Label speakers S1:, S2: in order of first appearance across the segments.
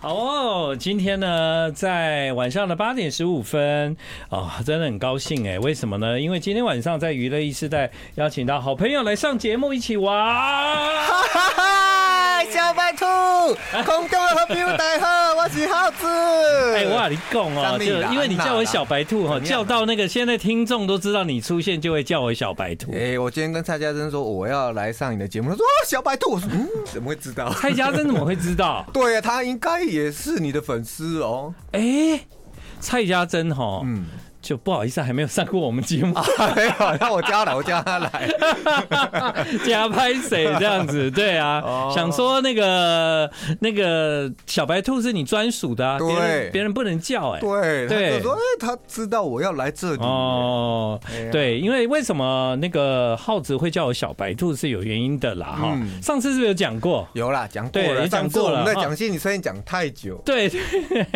S1: 好哦，今天呢，在晚上的八点十五分哦，真的很高兴哎，为什么呢？因为今天晚上在娱乐一时代邀请到好朋友来上节目一起 玩。
S2: 哈哈哈！小白兔，空中的朋友大家好，我是耗子。
S1: 哎，我跟你讲哦，
S2: 张力
S1: 就
S2: 啦
S1: 因为你
S2: 安娜
S1: 叫我
S2: 啦
S1: 小白兔哈，
S2: 怎么样
S1: 叫到那个现在听众都知道你出现，就会叫我小白兔。
S2: 哎、我今天跟蔡家珍说我要来上你的节目，他说哦，小白兔，我说嗯，怎么会知道？
S1: 蔡家珍怎么会知 道？
S2: 对呀，他应该也是你的粉丝哦。
S1: 哎、蔡家珍哈，
S2: 嗯，
S1: 就不好意思，还没有上过我们 节目，
S2: 没有，那我叫他来，我叫他来。
S1: 加拍谁这样子？对啊，
S2: 哦
S1: 想说那个那个小白兔是你专属的、啊，别人
S2: 对
S1: 别人不能叫哎、
S2: 对，
S1: 对
S2: 他就说，哎、他知道我要来这里。
S1: 哦
S2: 哎呀，
S1: 对，因为为什么那个耗子会叫我小白兔是有原因的啦哈、
S2: 嗯
S1: 上次是不是有讲过？
S2: 有啦，讲过
S1: 对
S2: 了，
S1: 也讲
S2: 上次
S1: 过
S2: 我们
S1: 了
S2: 在
S1: 哦
S2: 讲戏，你声音讲太 久，
S1: 对对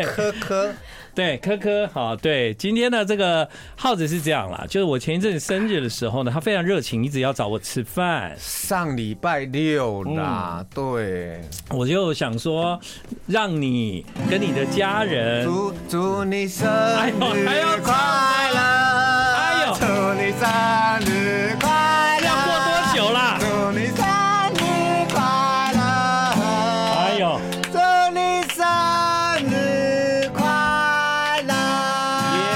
S2: 科科，
S1: 对，科科好，对，今天呢，这个耗子是这样啦，就是我前一阵子生日的时候呢，他非常热情，一直要找我吃饭，
S2: 上礼拜六
S1: 嗯
S2: 啦，对，
S1: 我就想说，让你跟你的家人，
S2: 祝祝你生
S1: 哎呦还
S2: 日
S1: 要唱
S2: 快乐！
S1: 哎呦
S2: 祝你生日快乐！
S1: 要过多久啦
S2: 祝你生日快乐！
S1: 哎
S2: 哎
S1: 呦，
S2: 祝你生日快乐！
S1: 耶，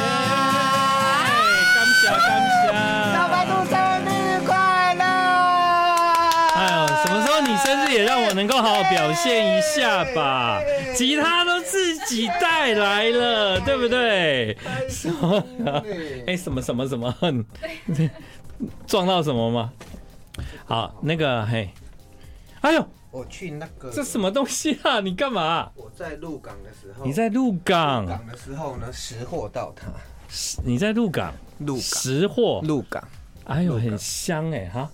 S2: 哎
S1: 感谢
S2: 小白
S1: 感谢。
S2: 兔生日快乐！
S1: 哎呦，什么时候你生日也让我能够好好表现一下吧？吉他都自己带来了，对不对？什么？哎，什么什么什 么？撞到什么吗？好，那个嘿，哎呦，
S2: 我去那个，
S1: 这什么东西啊？你干嘛？
S2: 我在鹿港的时候，
S1: 你在鹿
S2: 鹿
S1: 港？
S2: 港的时候呢，识货到他。
S1: 你在鹿港？
S2: 鹿
S1: 识货？
S2: 鹿港，
S1: 哎呦，很香哎哈！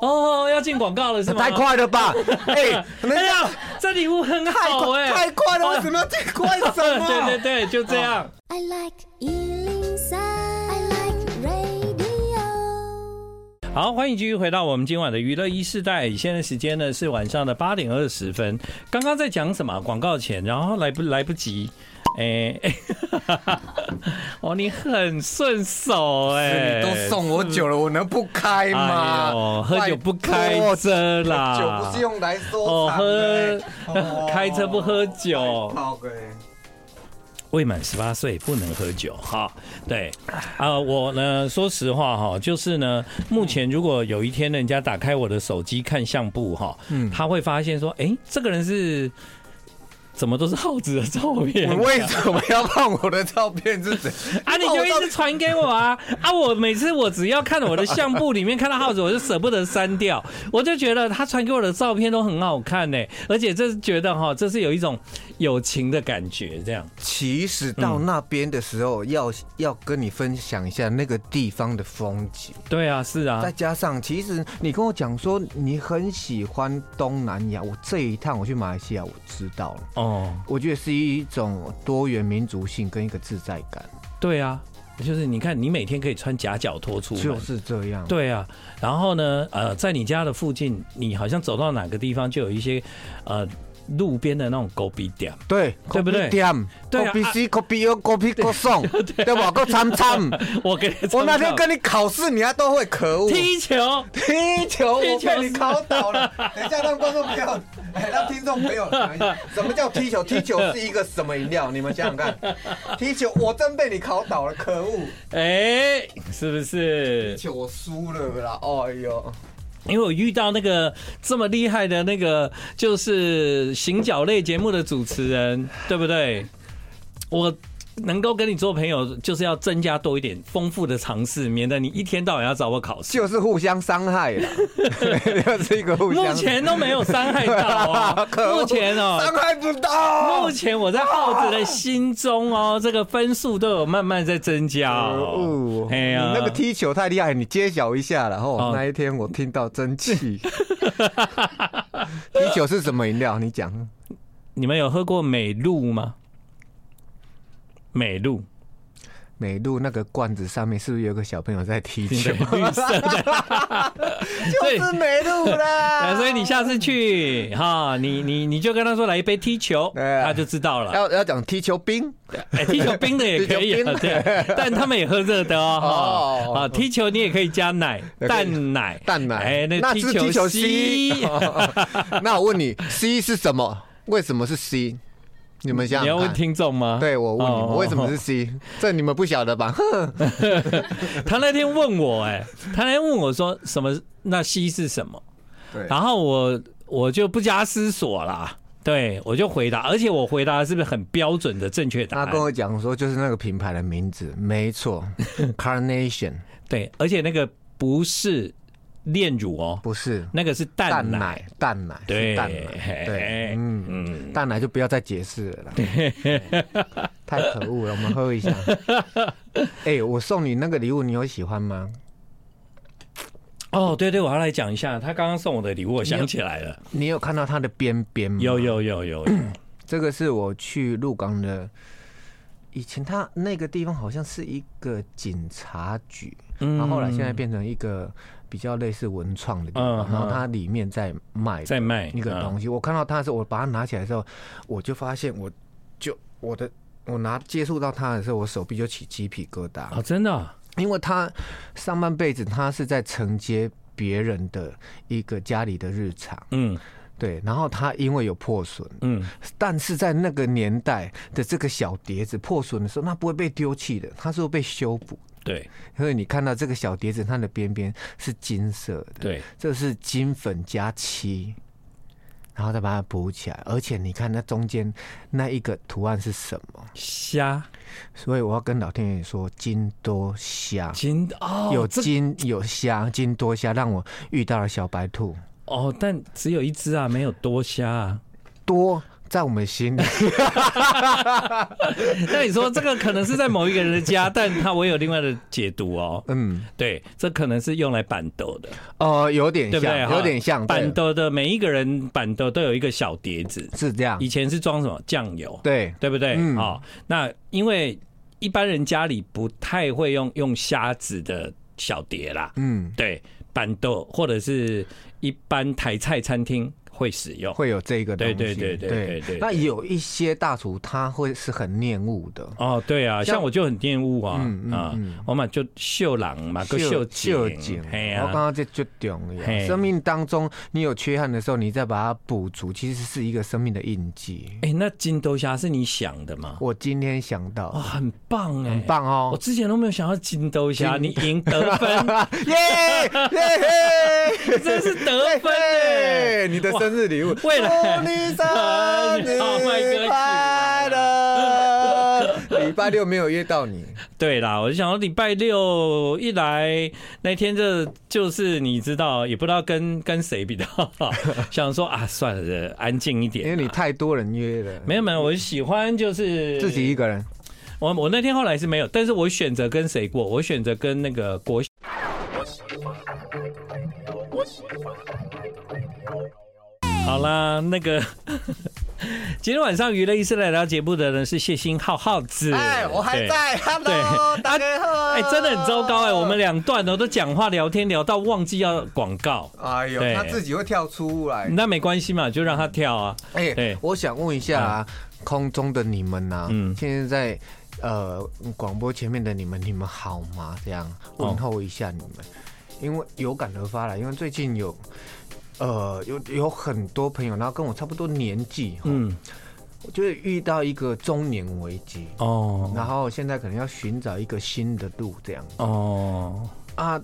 S1: 哦，要进广告了是吗？
S2: 太！快了 吧！哎、
S1: 哎
S2: 人家
S1: 呀，这礼物很
S2: 太
S1: 好
S2: 快
S1: 哎，
S2: 太快了，
S1: 哎
S2: 为什么要太快哦什 么？
S1: 对对对，就这样。
S3: I like Ealing Sound. I like radio.
S1: 好，欢迎继续回到我们今晚的娱乐一世代。现在时间呢是晚上的八点二十分。刚刚在讲什么啊？广告前，然后来不来不及？哎、 哎哦，你很顺手哎、
S2: 你都送我酒了，我能不开
S1: 哎呦
S2: 吗？
S1: 喝酒不开
S2: 拜托
S1: 车啦，
S2: 酒不是用来收
S1: 哦
S2: 藏
S1: 喝
S2: 的、哎 哦
S1: 开车不喝酒。
S2: 好的欸
S1: 未满十八岁不能喝酒哈。对，啊，我呢，说实话哈，就是呢，目前如果有一天人家打开我的手机看相簿哈，
S2: 嗯
S1: 他会发现说，哎、这个人是怎么都是耗子的照片
S2: 你为什么要放我的照片是谁？
S1: 啊？你就一直传给我啊啊！我每次我只要看我的相簿里面看到耗子，我就舍不得删掉，我就觉得他传给我的照片都很好看呢、而且这是觉得哈，这是有一种友情的感觉，这样。
S2: 其实到
S1: 嗯
S2: 那边的时候，要要跟你分享一下那个地方的风景，
S1: 对啊，是啊，
S2: 再加上其实你跟我讲说你很喜欢东南亚，我这一趟我去马来西亚，我知道了，
S1: 哦。
S2: 我觉得是一种多元民族性跟一个自在感，
S1: 对啊，就是你看，你每天可以穿夹脚拖出门。
S2: 就是这样。
S1: 对啊，然后呢，呃，在你家的附近，你好像走到哪个地方就有一些，呃，路边的那种狗逼店。
S2: 对
S1: 对不对
S2: 点，
S1: 对啊
S2: c
S1: 啊
S2: C，c o p y 二，copy 各送，对吧？各参参。
S1: 我给你
S2: 我那天
S1: 参考
S2: 跟你考试，你还都会，可恶。
S1: 踢球，
S2: 踢球，
S1: 踢
S2: 我
S1: 球
S2: 被你考 倒了。等一下，让观众朋友，哎，让听众朋友想一下，什么叫踢球？踢球是一个什么饮料？你们想想看，踢球，我真被你考倒了，可恶！
S1: 哎，是不是
S2: 踢？球我输了啦，哎呦，
S1: 因为我遇到那个这么厉害的那个，就是行脚类节目的主持人，对不对？我能够跟你做朋友，就是要增加多一点丰富的尝试，免得你一天到晚要找我考试。
S2: 就是互相伤害 啦，就是一个互
S1: 目
S2: 相。，
S1: 前都没有伤害到哦
S2: 可恶
S1: 目前哦
S2: 伤。害不到。
S1: 目前我在耗子的心中哦，这个分数都有慢慢在增加哦
S2: 哦。，
S1: 哎
S2: 你
S1: 呀，
S2: 那个踢球太厉害，你揭晓一下了
S1: 哦
S2: 吼。那一天我听到 真气。踢球是什么饮料？你讲。
S1: 你们有喝过美露吗？美露
S2: 美露那个罐子上面是不是有个小朋友在踢
S1: 对
S2: 球？
S1: 绿色的，
S2: 就是美露 啦。
S1: 所以你下次去哈，你你你就跟他说来一杯踢球，
S2: 对
S1: 他就知道了。
S2: 要要讲踢球兵，
S1: 哎，踢球冰的也可以 啊，
S2: 哎踢球冰
S1: 对，但他们也喝热的哦。
S2: 哦
S1: 哈，啊，踢球你也可以加奶，
S2: 对
S1: 蛋奶，
S2: 蛋奶
S1: 哎，那
S2: 那
S1: 踢
S2: 是
S1: 球
S2: 踢球
S1: C，
S2: 那我问你 C 是什么？为什么是 C？你们想
S1: 你要
S2: 想
S1: 问
S2: 看。
S1: 听众吗？
S2: 对，我问你
S1: 哦
S2: 们为什么是 C？这你们不晓得吧？
S1: 他那天问我、哎，他那天问我说什么？那 C 是什么？
S2: 对
S1: 然后我我就不加思索啦，对我就回答，而且我回答是不是很标准的正确答
S2: 他
S1: 案
S2: 跟？我讲说，就是那个品牌的名字，没 错，Carnation
S1: 对，而且那个不是炼乳哦，
S2: 不是
S1: 那个是蛋奶。
S2: 蛋奶，蛋奶
S1: 对
S2: 是蛋奶，
S1: 嘿
S2: 对，嗯，
S1: 嗯，
S2: 蛋奶就不要再解释了啦， 太可恶了，我们喝一下。哎，我送你那个礼物，你有喜欢吗？
S1: 哦，对对，我要来讲一下，他刚刚送我的礼物，我想起来了，
S2: 你有看到它的边边吗？
S1: 有，有有有有，
S2: 这个是我去鹿港的。以前它那个地方好像是一个警察局，
S1: 嗯
S2: 然后后来现在变成一个比较类似文创的地方，
S1: 嗯
S2: 然后它里面在卖
S1: 在卖
S2: 一个东西。我看到它的时候，我把它拿起来的时候，我就发现我就我的我拿接触到它的时候，我手臂就起鸡皮疙瘩，
S1: 哦，真的啊
S2: 因为它上半辈子它是在承接别人的一个家里的日常，
S1: 嗯
S2: 对，然后它因为有破损，
S1: 嗯，
S2: 但是在那个年代的这个小碟子破损的时候，那不会被丢弃的，它是会被修补。
S1: 对
S2: 所以你看到这个小碟子，它的边边是金色的，，
S1: 对，
S2: 这是金粉加漆，然后再把它补起来。而且你看那中间那一个图案是什么？
S1: 虾
S2: 所以我要跟老天爷说，金多虾。
S1: 金哦，
S2: 有
S1: 这
S2: 金有虾，金多虾让我遇到了小白兔
S1: 哦，但只有一只啊，没有多虾啊。
S2: 多，在我们心里
S1: 那你说这个可能是在某一个人的 家，但他我有另外的解读哦。
S2: 嗯，
S1: 对，这可能是用来板豆的，
S2: 呃，有点
S1: 对不对？
S2: 像，有点像，
S1: 哈
S2: 哦对
S1: 板豆的每一个人板豆都有一个小碟子，
S2: 是这样
S1: 以，前是装什么酱油，
S2: 对，
S1: 对不对？
S2: 嗯
S1: 哦，那因为一般人家里不太会用用虾子的小碟啦，
S2: 嗯，
S1: 对，板豆或者是一般台菜餐厅会使用。
S2: 会有这个东西，
S1: 对对对对对对
S2: 那
S1: 对
S2: 有一些大厨他会是很厌恶的，
S1: 哦，对啊，
S2: 像
S1: 像我就很厌恶啊
S2: 嗯嗯
S1: 啊
S2: 嗯，
S1: 我嘛就秀朗嘛，个啊秀
S2: 秀秀
S1: 景
S2: 景，，
S1: 嘿啊
S2: 我
S1: 呀，
S2: 刚刚这就懂了
S1: 嘿
S2: 呀。生命当中你有缺憾的时候，你再把它补足，其实是一个生命的印记。
S1: 哎，那金豆虾是你想的吗？
S2: 我今天想
S1: 哦，
S2: 到，
S1: 很棒哎，
S2: 很。棒
S1: 我
S2: 哦，
S1: 之前都没有想到金豆虾，
S2: 金
S1: 你赢得 分，
S2: 耶耶
S1: 哎真是得分哎！
S2: 嘿！你的生日礼物，
S1: 未来
S2: 祝你生 日快乐。礼拜六没有约到你，
S1: 对啦，我就想到礼拜六一来那天，这就是你知道，也不知道跟跟谁比较好，想说啊，算了，安静一
S2: 因
S1: 点啊。
S2: 为你太多人约了，
S1: 没有没有，我喜欢就是
S2: 自己一个人。
S1: 我我那天后来是没有，但是我选择跟谁过？我选择跟那个国。好啦，那个 今天晚上娱乐一次来聊节目的人是谢欣浩浩子，
S2: 哎，我还
S1: 对。
S2: 在，Hello，
S1: 对
S2: 大家好。
S1: 哎、真的很糟糕哎、我们两段哦都讲话聊天聊到忘记要广告，
S2: 哎呦
S1: 对，
S2: 他自己会跳出来。
S1: 那没关系嘛，就让他跳啊。对
S2: 哎，我想问一下啊，空中的你们呐，
S1: 嗯
S2: 现在在呃广播前面的你们，你们好吗？这样
S1: 哦
S2: 问候一下你们，因为有感而发了，因为最近有。呃，有有很多朋友，然后跟我差不多年纪，嗯，
S1: 嗯，
S2: 就是遇到一个中年危机，
S1: 哦
S2: 然后现在可能要寻找一个新的路，这样
S1: 哦，
S2: 啊，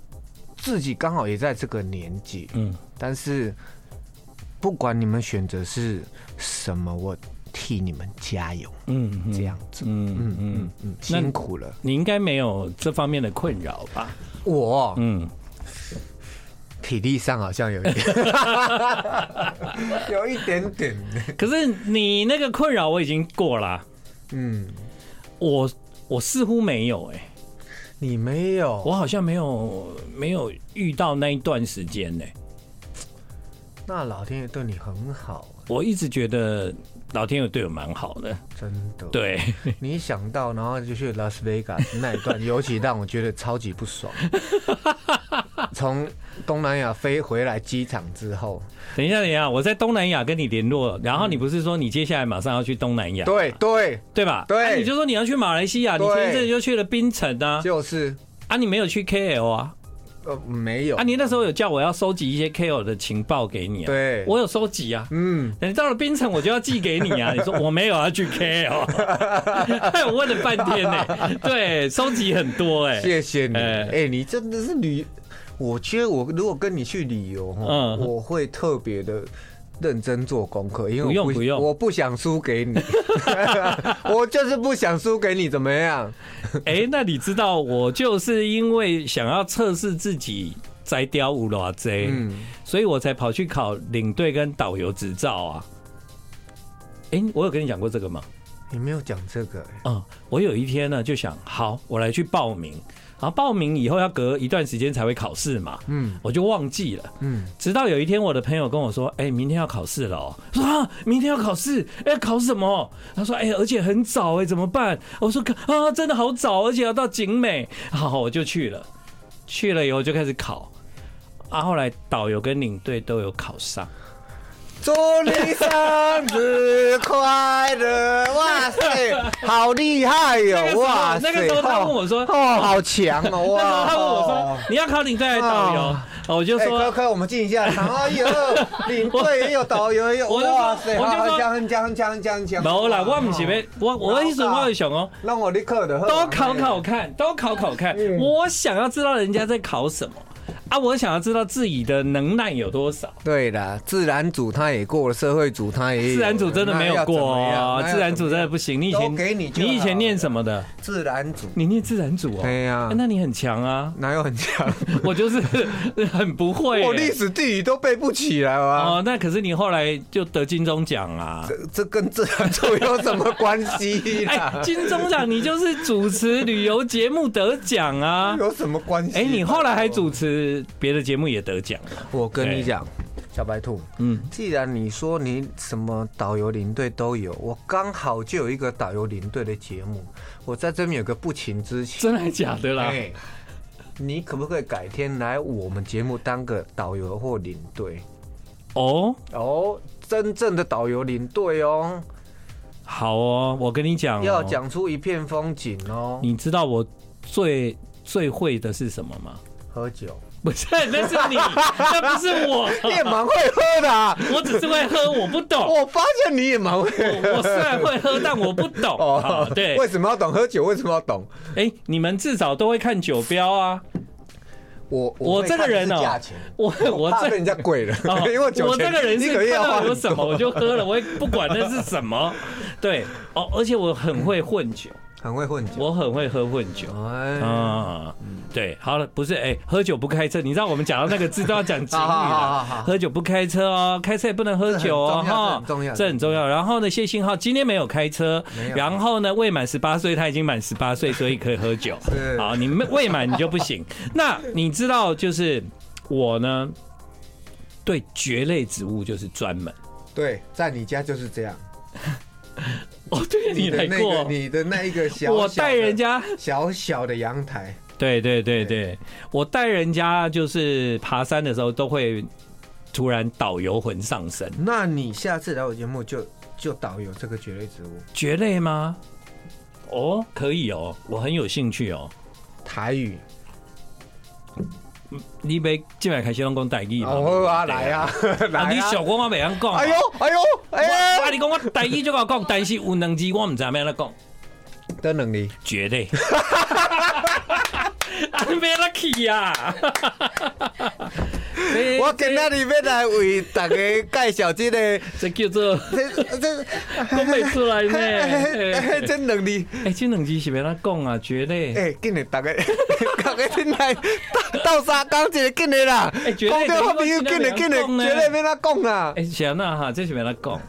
S2: 自己刚好也在这个年纪，
S1: 嗯，
S2: 但是不管你们选择是什么，我替你们加油，
S1: 嗯嗯
S2: 这样子。
S1: 嗯嗯
S2: 嗯
S1: 嗯
S2: 嗯，嗯，
S1: 那
S2: 辛苦了。
S1: 你应该没有这方面的困扰吧？
S2: 我
S1: 嗯，
S2: 体力上好像有一点， 有一点点。
S1: 可是你那个困扰我已经过啦，
S2: 嗯，
S1: 我我似乎没有哎、
S2: 你没有，
S1: 我好像没有没有遇到那一段时间呢、欸
S2: 那老天爷对你很好。
S1: 我一直觉得老天爷对我蛮好的，
S2: 真的。，
S1: 对，
S2: 你想到，然后就去拉斯维加斯那一段，尤其让我觉得超级 不爽。从东南亚飞回来机场 之后，
S1: 等一下，等一下，我在东南亚跟你联络，然后你不是说你接下来马上要去东南亚，
S2: 对对，
S1: 对吧？
S2: 对
S1: 啊你就说你要去马来西亚，你
S2: 对
S1: 前一阵就去了槟城啊，
S2: 就是
S1: 啊，你没有去 KL 啊，
S2: 呃没有
S1: 啊，，你那时候有叫我要收集一些 KL 的情报给你啊，，
S2: 对，
S1: 我有收集啊。
S2: 嗯，
S1: 等到了槟城，我就要寄给你啊！你说我没有要去 KL，哎， 我问了半天呢、对，收集很多哎、
S2: 谢谢你，
S1: 哎
S2: 哎、你真的是旅，我觉得我如果跟你去旅游，
S1: 嗯
S2: 嗯，我会特别的。认真做功课，因为我
S1: 不用不用
S2: 我不想输 给你， 我就是不想输给你，怎么样？
S1: 哎、那你知道我就是因为想要测试自己摘雕五罗 Z，
S2: 嗯，
S1: 所以我才跑去考领队跟导游执照啊。哎、我有跟你讲过这个吗？
S2: 你没有讲这个、哎
S1: 嗯，我有一天呢就想，好，我来去报名，然后报名以后要隔一段时间才会考试嘛，
S2: 嗯
S1: 我就忘记了。
S2: 嗯，
S1: 直到有一天，我的朋友跟我说：“哎、明天要考试了、哦。”说啊，明天要考试，哎、考什么？他说：“哎、而且很早哎、怎么办？”我说：“啊，真的好早，而且要到景美。”好，我就去了。去了以后就开始考，啊，后来导游跟领队都有考上。
S2: 祝你生日快乐！哇塞，好厉害哟、
S1: 那个时候
S2: 哇塞，
S1: 那个时候他问我说
S2: 哦，哦好强 哦！
S1: 那
S2: 哇，
S1: 时候他问我说
S2: 哦：“
S1: 你要考领队还是导游？”
S2: 哦
S1: 哦我就
S2: 哎，
S1: 说：“
S2: 科科，我们静一下。哎呦，领队也有，导游也有，
S1: 我就说
S2: 哇塞，
S1: 我就说
S2: 很强很强很强很强很强。
S1: 没啦，我唔是
S2: 啊
S1: 要，我我一直我会想哦，
S2: 让我立刻的，
S1: 都考考看，都考考看，
S2: 嗯
S1: 我想要知道人家在考什么啊，我想要知道自己的能耐有多少。
S2: 对啦，自然组他也过了，社会组他也有
S1: 自然组真的没有过哦，自然组真的不行。你以前
S2: 都给你就好
S1: 以前念什么的？
S2: 自然组，
S1: 你念自然组哦，
S2: 对呀，
S1: 哎那你很强啊
S2: 哪有很强？
S1: 我就是 很不会耶。
S2: 我历史地理都背不起来啊。
S1: 哦，那可是你后来就得金钟奖啊。
S2: 这这跟自然组有什么关系
S1: 哎，
S2: 啦？
S1: 金钟奖你就是主持旅游节目得奖啊。
S2: 有什么关系？
S1: 哎，你后来还主持别的节目也得奖啊了。
S2: 我跟你讲，小白兔，
S1: 嗯，
S2: 既然你说你什么导游领队都有，我刚好就有一个导游领队的节目，我在这边有个不情之 请，
S1: 真的假的啊啦？
S2: 哎你可不可以改天来我们节目当个导游或领队？
S1: 哦，
S2: 哦，真正的导游领队哦，
S1: 好哦，我跟你讲、哦，
S2: 要，讲出一片风景哦。
S1: 你知道我最最会的是什么 吗？
S2: 喝酒，
S1: 不是，那是你， 那不是我，
S2: 你也蛮会喝的、 啊，
S1: 我只是会喝，我不懂。
S2: 我发现你也蛮会喝。
S1: 我虽然会喝，但我不 懂。 好啊对，
S2: 哦为什么要懂喝酒？为什么要懂？
S1: 哎，你们至少都会看酒标啊。
S2: 我
S1: 我
S2: 会
S1: 这个
S2: 看的
S1: 人
S2: 是
S1: 哦
S2: 价钱。
S1: 我我
S2: 怕被
S1: 这
S2: 人家跪了，
S1: 哦
S2: 因为酒
S1: 我这
S2: 钱
S1: 个人
S2: 一
S1: 是
S2: 个月
S1: 看
S2: 要花
S1: 到
S2: 很
S1: 有什么
S2: 多
S1: 我就喝了，我也不管那是什么。对，哦，而且我很会混酒，
S2: 很会混酒。
S1: 我很会喝混酒。
S2: 哎，
S1: 啊，对，好了，不是，哎、喝酒不开车，你知道我们讲到那个字都要讲警语
S2: 好好好
S1: 了
S2: 好好，
S1: 喝酒不开车哦，开车也不能喝酒哦，
S2: 这很重要
S1: 这
S2: 这很重要
S1: 很重要。然后呢，谢信浩今天没有开车
S2: 没，有
S1: 然后呢，未满十八岁，他已经满十八岁，所以可以喝酒。
S2: 是
S1: 好，你们未满你就不行。那你知道就是我呢，对蕨类植物就是专门。
S2: 对，在你家就是这样。
S1: 哦，对 你来
S2: 的那个，
S1: 过，
S2: 你的那一个小小的，
S1: 我带人家，
S2: 小小的阳台，
S1: 对对对
S2: 对
S1: 对，我带人家就是爬山的时候都会突然导游魂上身，
S2: 那你下次来我节目就就导游这个蕨类植物，
S1: 蕨类吗？哦，可以哦，我很有兴趣哦。
S2: 台语，
S1: 你别进来开始拢讲台语嘛
S2: 哦啊来啊
S1: 啊，
S2: 来
S1: 你
S2: 啊，
S1: 小讲我袂晓讲。
S2: 哎呦哎呦
S1: 我，我
S2: 哎
S1: 跟你讲我台语就够讲，但是有两字我唔知道要安怎讲，
S2: 呦，等能力，
S1: 蕨 类。啊，别啦去 呀！这
S2: 我今天里面来为大家介绍这个，
S1: 这叫做
S2: 这这
S1: 讲袂出来呢。
S2: 嘿嘿
S1: 哎
S2: 这能力。
S1: 哎、这两集是要怎讲啊？蕨类，
S2: 哎、今日大家， 大家进来 斗三讲一个今日啦，
S1: 哎绝对
S2: 到我朋友今日今日绝对免他讲啊啦。
S1: 哎、是安那哈，这是要怎讲？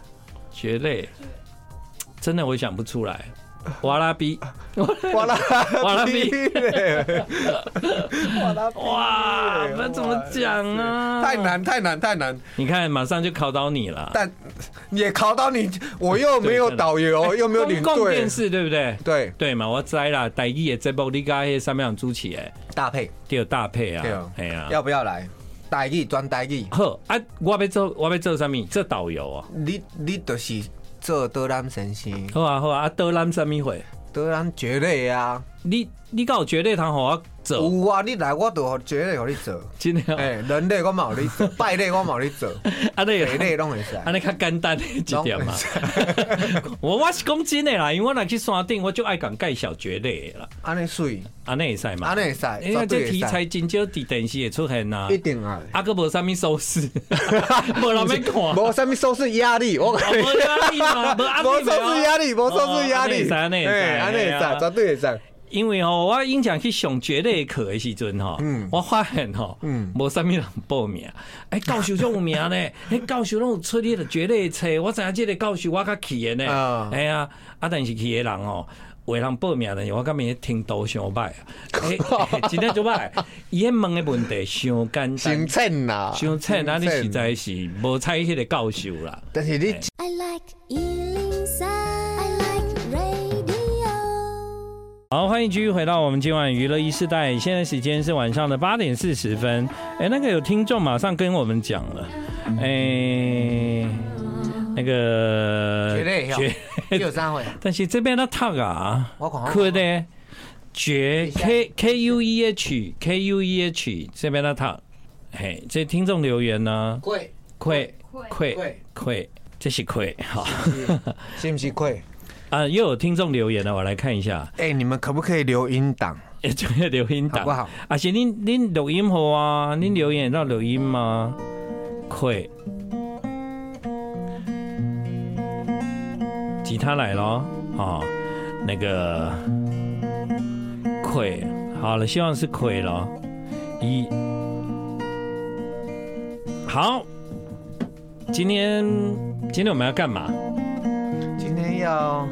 S1: 蕨类，真的我想不出来。瓦拉 比，
S2: 哇啦
S1: 哇啦比
S2: 嘞， 哇啦比嘞
S1: 哇，那怎么讲啊？
S2: 太！难太难太难，
S1: 你看，马上就考倒你了。
S2: 但也考到你，我又没有 导游，又没有领
S1: 公共
S2: 队
S1: 电，视对不对？
S2: 对，
S1: 对嘛，我知啦，台语的节目你甲迄上面主持诶，
S2: 搭配
S1: 就搭配
S2: 对
S1: 啊
S2: 哦，
S1: 哎呀。
S2: 要不要来？代语专代语，
S1: 好啊，我要做我要做啥物？做导游哦。
S2: 你你就是做德兰先生，
S1: 好啊好啊，啊导览啥物会？
S2: 德兰绝对啊，
S1: 你你敢有绝对通互我做？
S2: 有啊，你来我都绝对给你 做。
S1: 真的哦，
S2: 哎，人类我冇 你做，拜类我冇你做，
S1: 啊你
S2: 北类拢会 使。
S1: 安尼较简单一点嘛。我我是讲真的啦，因为我若去山顶，我就爱讲介绍蕨类的啦，
S2: 安尼水，
S1: 安尼会使嘛？
S2: 安尼会使
S1: 因为
S2: 绝对
S1: 这
S2: 会使
S1: 题材真少伫电视会出现呐
S2: 一，定啊。
S1: 啊个无啥物收 视， 无人要看。
S2: 无啥物收视压力，我
S1: 啊无压力嘛，无啊压力
S2: 无收视压力，无收视压
S1: 哦安
S2: 力，哎
S1: 尼会使安
S2: 安
S1: 尼
S2: 尼
S1: 会
S2: 会
S1: 使嘿啊
S2: 使，绝对会使。
S1: 因为吼、我印象去上蕨类课的时阵吼、
S2: 嗯
S1: 我发现吼、
S2: 嗯
S1: 无啥物人报名。哎、教授种有名 呢，哎，教授拢有出迄个蕨类的册，我知影即个教授我较去的呢
S2: 啊。
S1: 哎呀、啊，但是去的人吼、为人报名的，我感觉听度伤歹啊，哎、 哎真正就歹。伊迄问的问题伤简
S2: 行
S1: 单，
S2: 称啦，
S1: 伤浅啊，你实
S2: 行称。
S1: 在是无采迄个教授啦。
S2: 但是
S1: 哎
S2: 你
S3: I like Ealing Sound. I like radio.
S1: 好，欢迎继续回到我们今晚娱乐一世代，现在时间是晚上的八点四十分。哎，那个有听众马上跟我们讲了，哎，那个
S2: 蕨类哦你有啥会？
S1: 但是这边的 tag 啊，
S2: 我看看
S1: 可的绝 K K U E H K U E H 这边的 tag，嘿，这听众留言呢，
S2: 贵，
S1: 愧愧
S2: 愧
S1: 愧，这是愧好
S2: 是不是贵？
S1: 啊，又有听众留言了，我来看一下。
S2: 哎，你们可不可以留音档？
S1: 也就要留音档，
S2: 好不好？
S1: 而且恁恁录音好啊，恁留言到录音啊吗？会。吉他来咯，啊、那个愧好了，希望是愧咯。一好，今天今天我们要干嘛？
S2: 今天要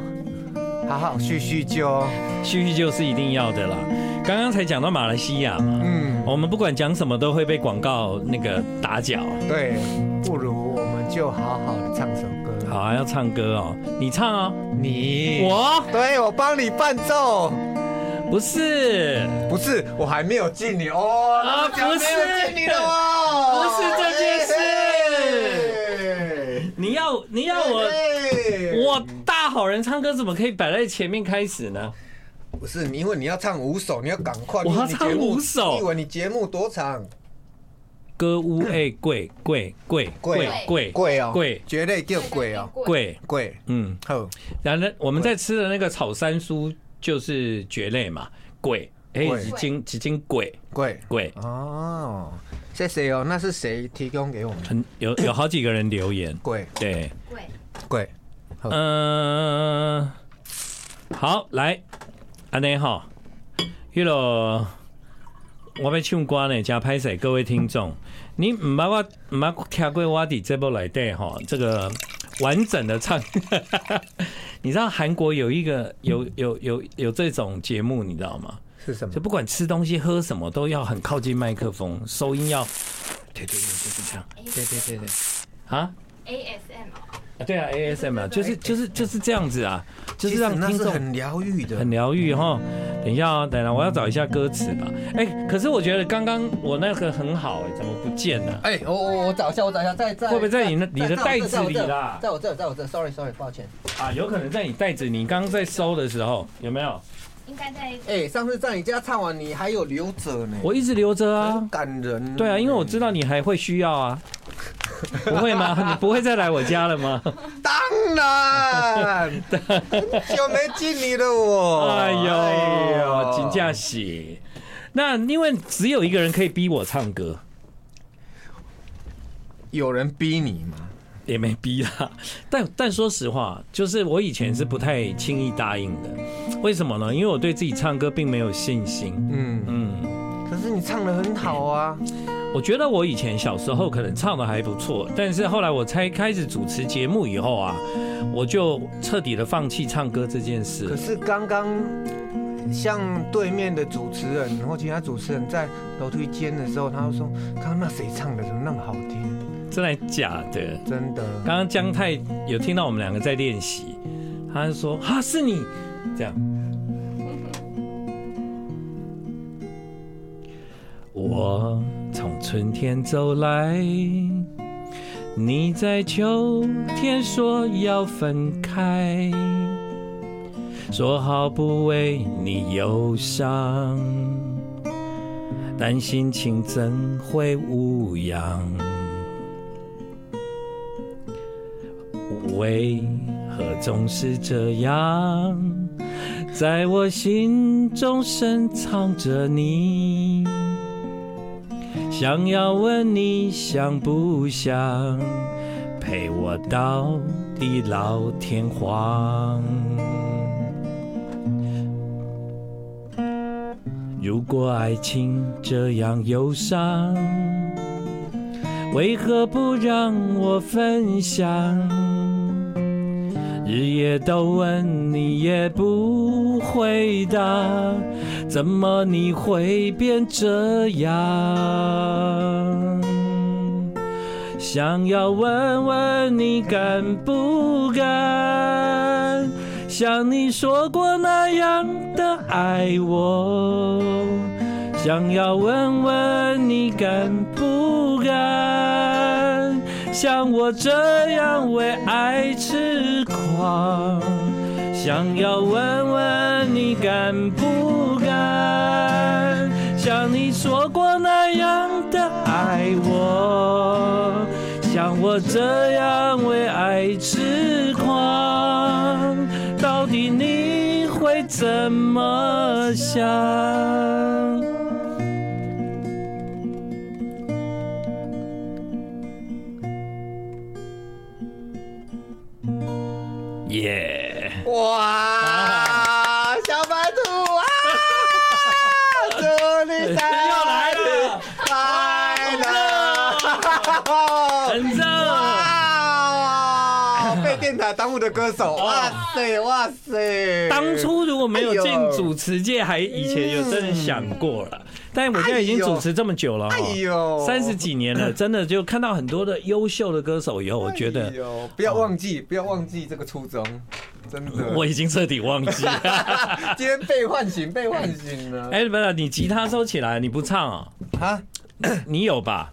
S2: 好好叙叙旧。哦
S1: 叙叙旧是一定要的啦。刚刚才讲到马来西亚嘛，
S2: 嗯，
S1: 哦我们不管讲什么都会被广告那个打搅。
S2: 对，不如我们就好好的唱首歌。
S1: 好，啊，要唱歌哦，你唱啊、
S2: 你
S1: 我
S2: 对我帮你伴奏，
S1: 不是，
S2: 不是我还没有敬你哦，
S1: 啊
S2: 那我
S1: 不是
S2: 没有敬你了哦，
S1: 不是这件
S2: 事，
S1: 你要你要我
S2: 我
S1: 我大好人唱歌怎么可以摆在前面开始呢？
S2: 我不是因为你要唱五首，你要赶快，
S1: 我要
S2: 你节
S1: 唱
S2: 目
S1: 五首
S2: 你以为你节目多长？
S1: 歌屋哎贵贵贵
S2: 贵
S1: 贵
S2: 贵哦，
S1: 贵
S2: 绝对就贵哦，
S1: 贵，
S2: 贵。
S1: 嗯，
S2: 好，
S1: 然后呢，我们在吃的那个炒三酥就是蕨类嘛，贵哎
S2: 贵
S1: 几斤几斤贵
S2: 贵
S1: 贵，
S2: 哦，谢谢哦，那是谁提供给我们？
S1: 很有有好几个人留言，
S2: 贵
S1: 对，
S2: 贵，
S1: 嗯、好，来，安尼吼，迄落我要唱歌呢，加拍势各位听众，你毋捌我毋捌听过我伫节目内底吼，这个完整的唱， 你知道韩国有一个有有有有这种节目，你知道吗？
S2: 是什么
S1: 就？不管吃东西喝什么，都要很靠近麦克风，收音要，对对对，就是这样
S2: 对对对对，
S1: 啊。
S4: ASM
S1: 啊对啊，ASM 啊，就是就是就是这样子啊，就
S2: 其
S1: 是
S2: 实
S1: 让
S2: 那
S1: 听
S2: 是
S1: 众
S2: 很疗愈的，
S1: 很疗愈哈。等一下哦，等一下，我要找一下歌词吧。哎、可是我觉得刚刚我那个很好、哎，怎么不见了、
S2: 哎、我我我找一下，我找一下，在在
S1: 会不会在你那
S2: 在
S1: 你的
S2: 在
S1: 袋
S2: 我这
S1: 子
S2: 在我这
S1: 里啦
S2: 在我这，在我这，sorry sorry，抱歉。
S1: 啊？有可能在你袋子，你刚刚在收的时候有没有？
S4: 应该在
S2: 哎、上次在你家唱完，你还有留着呢，
S1: 我一直留着啊
S2: 很。感人。
S1: 对啊，因为我知道你还会需要啊。不会吗？你 不会再来我家了吗？
S2: 当然，很久没见你了我。
S1: 哎呦，金价喜。那因为只有一个人可以逼我唱歌，
S2: 有人逼你吗？
S1: 也没逼啦。 但但说实话，就是我以前是不太轻易答应的。为什么呢？因为我对自己唱歌并没有信心。
S2: 嗯，
S1: 嗯，
S2: 可是你唱的很好啊。
S1: 我觉得我以前小时候可能唱的还不错，但是后来我才开始主持节目以后啊，我就彻底的放弃唱歌这件事
S2: 可
S1: 了。
S2: 是刚刚像对面的主持人或其他主持人在楼梯间的时候，他就说：“刚刚那谁唱的怎么那么好听
S1: 真的假的？？”
S2: 真的，
S1: 刚刚姜太有听到我们两个在练习，他就说：“哈，是你。”这样。我从春天走来，你在秋天说要分开，说好不为你忧伤，但心情怎会无恙？为何总是这样，在我心中深藏着你？想要问你想不想陪我到地老天荒？如果爱情这样忧伤，为何不让我分享？日夜都问你也不回答，怎么你会变这样？想要问问你敢不敢，像你说过那样的爱我。想要问问你敢不敢，像我这样为爱痴狂。想要问问你敢不敢，像你说过那样的爱我，像我这样为爱痴狂，到底你会怎么想？耶、
S2: 哇，小白兔啊，祝你生日
S1: 了，
S2: 快 乐！
S1: 很哦热。
S2: 哇，啊被电台耽误的歌手，哇塞哇塞！
S1: 当初如果没有进主持界，还以前有真的想过了，但我现在已经主持这么久了、哦，
S2: 哎呦
S1: 三十几年 了，真的就看到很多的优秀的歌手以后，我觉得哦
S2: 哎呦不要忘记，不要忘记这个初衷，真的。
S1: 我已经彻底忘 记了。
S2: 今天被唤醒，被唤醒了。
S1: 哎，不是，你吉他收起来，你不唱哦？
S2: 啊，
S1: 你有吧？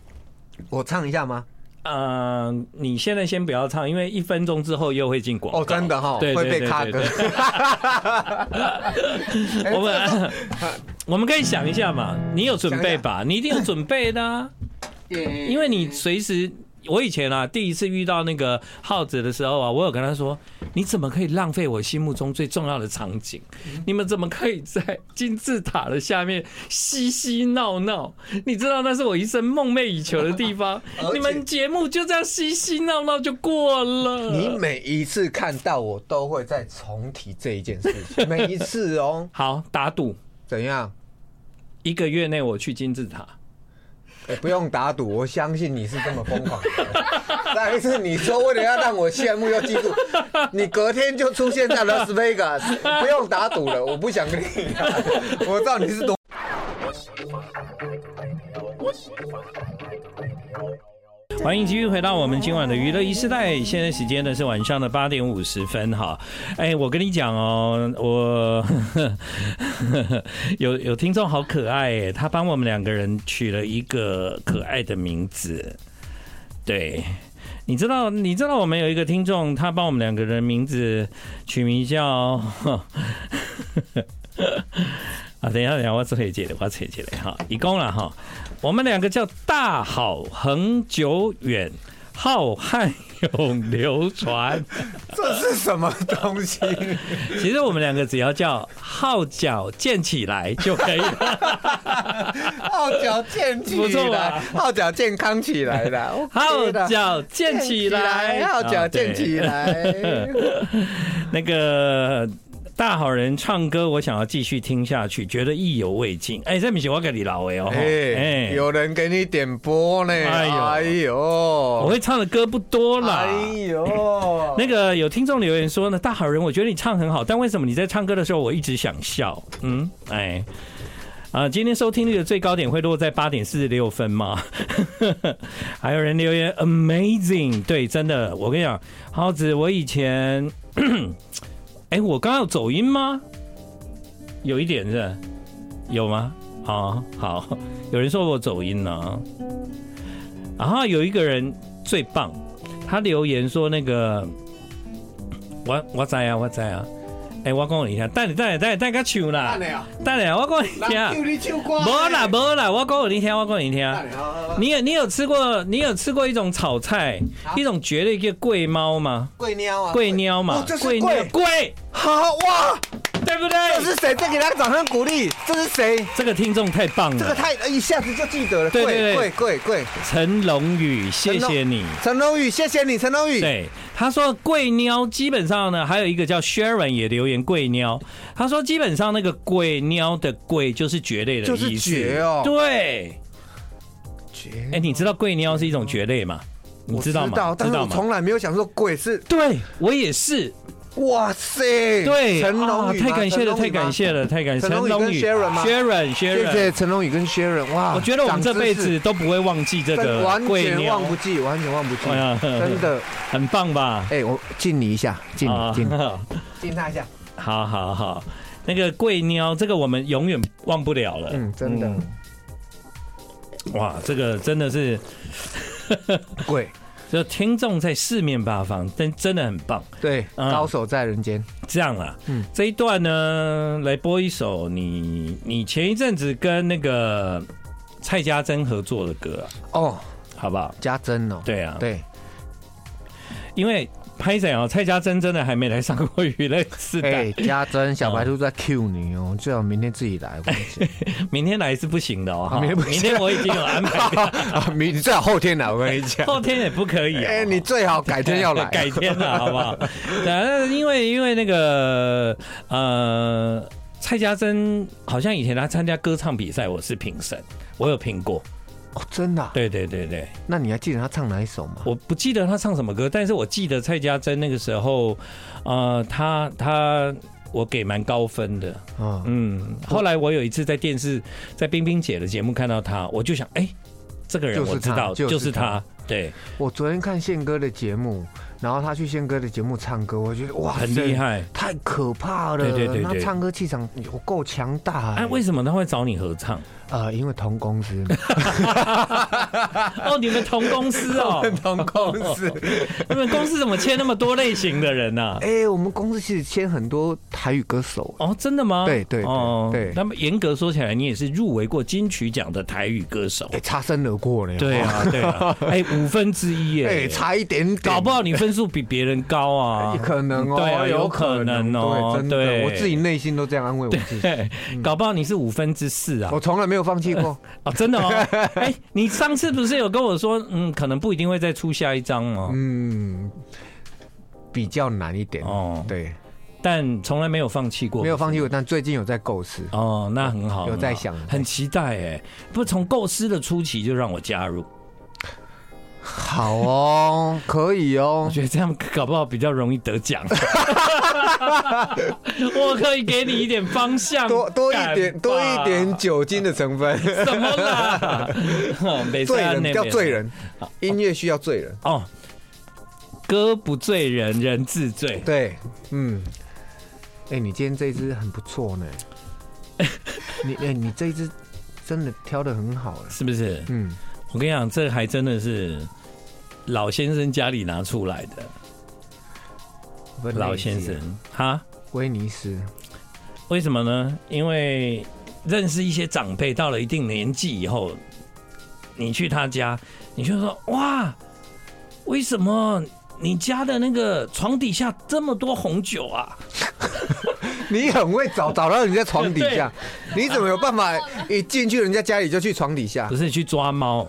S2: 我唱一下吗？
S1: 嗯，你现在先不要唱，因为一分钟之后又会进广告。
S2: 哦，真的哈，
S1: 对
S2: 会被卡。
S1: 对
S2: 歌
S1: 对。对我们我们可以想一下嘛，你有准备吧？你一定有准备的、 啊，因
S2: 因
S1: 为你随时。我以前啊，第一次遇到那个耗子的时候啊，我有跟他说：“你怎么可以浪费我心目中最重要的场景？
S2: 嗯
S1: 你们怎么可以在金字塔的下面嬉嬉闹闹？你知道那是我一生梦寐以求的地方
S2: 而且，
S1: 你们节目就这样嬉嬉闹闹就过了。
S2: 你每一次看到我，都会再重提这一件事 情，每一次哦，
S1: 好打赌，
S2: 怎样？
S1: 一个月内我去金字塔。”
S2: 哎不用打赌，我相信你是这么疯狂的 人。再一次，你说为了要让我羡慕又嫉妒，你隔天就出现在 Las Vegas，不用打赌了，我不想跟你 聊，我知道你是多。
S1: 欢迎继续回到我们今晚的娱乐一时代，现在时间呢是晚上的八点五十分哈。哎，我跟你讲哦，我 有有听众好可爱哎，他帮我们两个人取了一个可爱的名字。对，你知道你知道我们有一个听众，他帮我们两个人名字取名叫。啊，等一下，等一下，我扯一下，我扯一下哈，一共了哈，我们两个叫大好恒久远，浩瀚永流 传。
S2: 这是什么东西？
S1: 其实我们两个只要叫号角建起来就可以了。
S2: 号角建起
S1: 不错
S2: 来
S1: 吧，
S2: 号角健康起来 了，
S1: 号
S2: OK 的
S1: 角建起来，
S2: 号角建起
S1: 啊。
S2: 来。
S1: 对那个大好人唱歌，我想要继续听下去，觉得意犹未尽。哎、这不是我给你老的哦，
S2: 哎，有人给你点播呢，
S1: 哎呦
S2: 哎
S1: 我
S2: 呦，
S1: 会唱的歌不多啦。
S2: 哎呦，
S1: 那个有听众留言说呢，大好人，我觉得你唱很好，但为什么你在唱歌的时候我一直想笑？嗯，哎，啊、今天收听率的最高点会落在八点四十六分吗？ 还有人留言 amazing，对，真的，我跟你讲，耗子，我以前， 哎、我刚刚有走音吗？有一点是不是，有吗？啊，好，有人说我走音了、啊，然后有一个人最棒。他留言说那个，我我知啊，我知啊。哎、我讲你听，等你等你等你等你唱啦，
S2: 啊，
S1: 等你啊，我讲你听，
S2: 你唱歌
S1: 无啦无啦，我讲你听，我讲你听。
S2: 你啊
S1: 你有你有吃过你有吃过一种炒菜，
S2: 啊
S1: 一种蕨类叫桂猫吗？
S2: 贵鸟啊，
S1: 桂鸟嘛
S2: 哦这，是
S1: 鸟
S2: 桂
S1: 桂，
S2: 好哇，
S1: 对不
S2: 这
S1: 对？
S2: 是谁？再给他掌声鼓励，这是谁？
S1: 这个听众太棒
S2: 这个
S1: 了，
S2: 太哎一下子就记得了，
S1: 对
S2: 贵
S1: 对对
S2: 贵贵贵，
S1: 陈龙宇，谢谢你。
S2: 陈龙宇，谢谢你，陈龙宇，
S1: 对，他说贵妞基本上呢，还有一个叫 Sharon 也留言贵妞，他说基本上那个贵妞的贵就是蕨类的
S2: 就是
S1: 意思，
S2: 蕨哦
S1: 对，
S2: 绝
S1: 哎，你知道贵妞是一种蕨类吗？你
S2: 我
S1: 知道吗？
S2: 但是我
S1: 吗？
S2: 从来没有想说鬼是，
S1: 对，我也是。
S2: 哇塞，
S1: 对，
S2: 哎成
S1: 啊
S2: 龙宇吗、
S1: 太感谢了，太感
S2: 了，
S1: 谢了，太感谢。
S2: 陈龙宇跟 Sharon 吗
S1: Sharon，Sharon，
S2: 谢谢成龙宇跟 Sharon，哇，
S1: 我觉得我们这辈
S2: 长知
S1: 子都不会忘记这
S2: 啊识真
S1: 个
S2: 完
S1: 贵
S2: 全
S1: 妞
S2: 忘，不记，完全忘不记，
S1: 哎呀
S2: 真的，
S1: 很棒吧？
S2: 哎，我敬你一下，敬 你，敬你，
S1: 啊
S2: 敬他一下，
S1: 好好好，那个贵妞，这个我们永远忘不了了。
S2: 嗯，真的
S1: 哇，这个真的是，
S2: 贵，
S1: 就听众在四面八方，真真的很棒。
S2: 对，
S1: 嗯
S2: 高手在人间，
S1: 这样啊，
S2: 嗯
S1: 这一段呢，来播一首你你前一阵子跟那个蔡家珍合作的歌啊、
S2: 哦，
S1: 好不好？
S2: 加真哦，
S1: 对啊，
S2: 对，
S1: 因为拍仔啊，蔡家珍真的还没来上过娱乐时代，
S2: 哎，加真，小白兔
S1: 嗯
S2: 在 Q 你哦，最好明天自己来，我跟你讲
S1: 明天来是不行的哦。哈
S2: 明天不行
S1: 明天我已经有安排 了，
S2: 啊 明你最好后天来，我跟你讲，
S1: 后天也不可以、哦。
S2: 哎，你最 好改天要来，
S1: 改天了， 好不好？对啊，那因为因为那个呃，蔡家珍好像以前她参加歌唱比赛，我是评审，我有评过。
S2: 哦，真的啊，
S1: 对对对对，
S2: 那你还记得他唱哪一首吗？
S1: 我不记得她唱什么歌，但是我记得蔡家珍那个时候，呃，她她我给蛮高分的，
S2: 嗯，
S1: 嗯。后来我有一次在电视，在冰冰姐的节目看到她，我就想，哎、这个人
S2: 就是
S1: 我知
S2: 她
S1: 道，
S2: 就是
S1: 就是
S2: 她
S1: 她，对，
S2: 我昨天看宪哥的节目，然后他去宪哥的节目唱歌，我觉得哇，
S1: 很厉，害。
S2: 太可怕了。
S1: 对对对对
S2: 那唱歌气场有够强大、
S1: 哎、
S2: 哎
S1: 为什么她会找你合唱？
S2: 呃，因为同公司，
S1: 哦，你们同公司 哦，
S2: 同公司。
S1: 你们公司怎么签那么多类型的人啊呢、
S2: 哎、我们公司其实签很多台语歌手，
S1: 哦，真的吗？
S2: 对对对
S1: 哦
S2: 对
S1: 那么严格说起来，你也是入围过金曲奖的台语歌手
S2: 哎、。擦身而过呢。哦
S1: 对 啊，对啊，哎，五分之一
S2: 哎、
S1: 耶，
S2: 差一点点，
S1: 搞不好你分数比别人高啊
S2: 哎。 可能哦，
S1: 对啊有可能哦
S2: 对真的，
S1: 对
S2: 我自己内心都这样安慰我自己，
S1: 嘿搞不好你是五分之四啊！
S2: 我从来没有放弃过。
S1: 哦，真 的哦。哎，你上次不是有跟我说，嗯，可能不一定会再出下一张哦吗？
S2: 嗯，比较难一点。
S1: 哦，
S2: 对，
S1: 但从来没有放弃过，
S2: 没有放弃过，但最近有在构思。
S1: 哦，那很好，
S2: 有在
S1: 很好
S2: 想
S1: 很期待哎。不，从构思的初期就让我加入，
S2: 好哦，可以
S1: 我
S2: 哦。
S1: 觉得这样搞不好比较容易得奖。 我可以给你一点方向，
S2: 多多一点，多一点，酒精的成分，
S1: 什么啦？ 没事
S2: 醉
S1: 啊
S2: 人
S1: 那
S2: 叫
S1: 边
S2: 醉人，音乐需要醉人。
S1: 哦。歌不醉人，人自醉。
S2: 对，嗯，哎，你今天这一支很不 错呢。你哎，你这一支真的挑的很好哎。
S1: 是不是？
S2: 嗯，
S1: 我跟你讲，这还真的是老先生家里拿出来的。
S2: 温
S1: 老
S2: 内斯
S1: 先生，，哈，
S2: 威尼斯，
S1: 为什么呢？因为认识一些长辈，到了一定年纪以后，你去他家，你就说哇，为什么你家的那个床底下这么多红酒啊？
S2: 你很会找，找到人家床底 下，你怎么有办法
S1: 啊
S2: 一进去人家家里就去床底下
S1: 不？是去抓猫，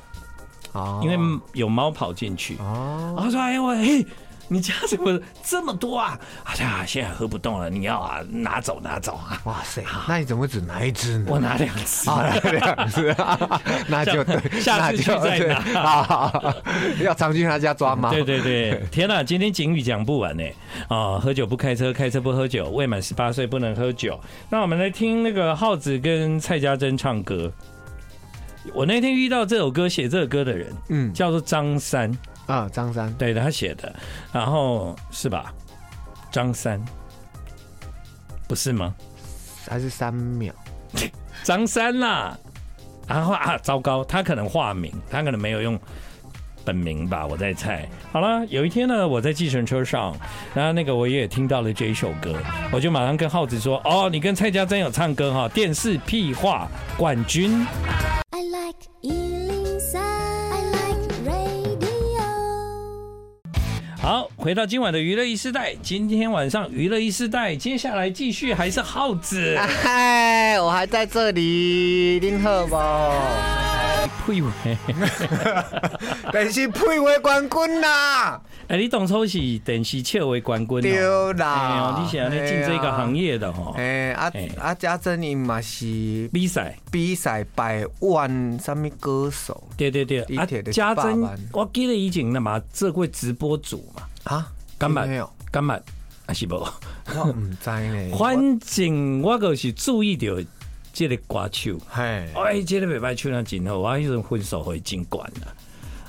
S2: 啊
S1: 因为有猫跑进去。
S2: 哦，
S1: 他说：“哎呦喂，嘿你家怎么这么多啊？哎呀，现在喝不动了，你要啊拿走拿走啊！
S2: 哇塞，那你怎么只拿一只呢？
S1: 我拿两只。
S2: 啊，那两只，啊那就对，
S1: 下
S2: 那
S1: 次去
S2: 就
S1: 再
S2: 对
S1: 拿
S2: 啊，要常去他家抓猫。
S1: 对对对，天哪、今天警语讲不完呢。哦，喝酒不开车，开车不喝酒，未满十八岁不能喝酒。那我们来听那个耗子跟蔡家珍唱歌。我那天遇到这首歌写这首歌的人
S2: 嗯
S1: 叫做张三，
S2: 啊，张三，
S1: 对他写的，然后是吧？张三，不是吗？
S2: 还是三秒？
S1: 张三啦、然后啊，糟糕，他可能化名，他可能没有用本名吧，我在猜。好了，有一天呢，我在计程车上，然后那个我也听到了这一首歌，我就马上跟浩子说：“哦，你跟蔡家珍有唱歌哈，电视屁话冠军。
S3: I like Ealing Sound. I like radio. ”
S1: 好，回到今晚的娱乐一时代，今天晚上娱乐一时代，接下来继续还是浩 子。
S2: 嗨，哎我还在这里，林好不？
S1: 呸喂！
S2: 但是配为冠军啦，
S1: 哎，你董抽是电视笑为冠军、哦，
S2: 对啦
S1: 哎呦你想要进这个行业的哦，
S2: 哎，啊
S1: 哎
S2: 啊，家珍你嘛是
S1: 比赛。
S2: 比赛百万什么歌手
S1: 对对对，啊
S2: 地铁的
S1: 家珍
S2: 爸爸，
S1: 我记得以前那嘛做过直播主嘛，
S2: 啊？
S1: 干嘛
S2: 没有，
S1: 干嘛啊是 无？
S2: 我唔知呢。
S1: 反正我就是注意到这个歌手，
S2: 嘿，
S1: 哎，这个袂歹唱得真好，我迄阵分数会真悬啦。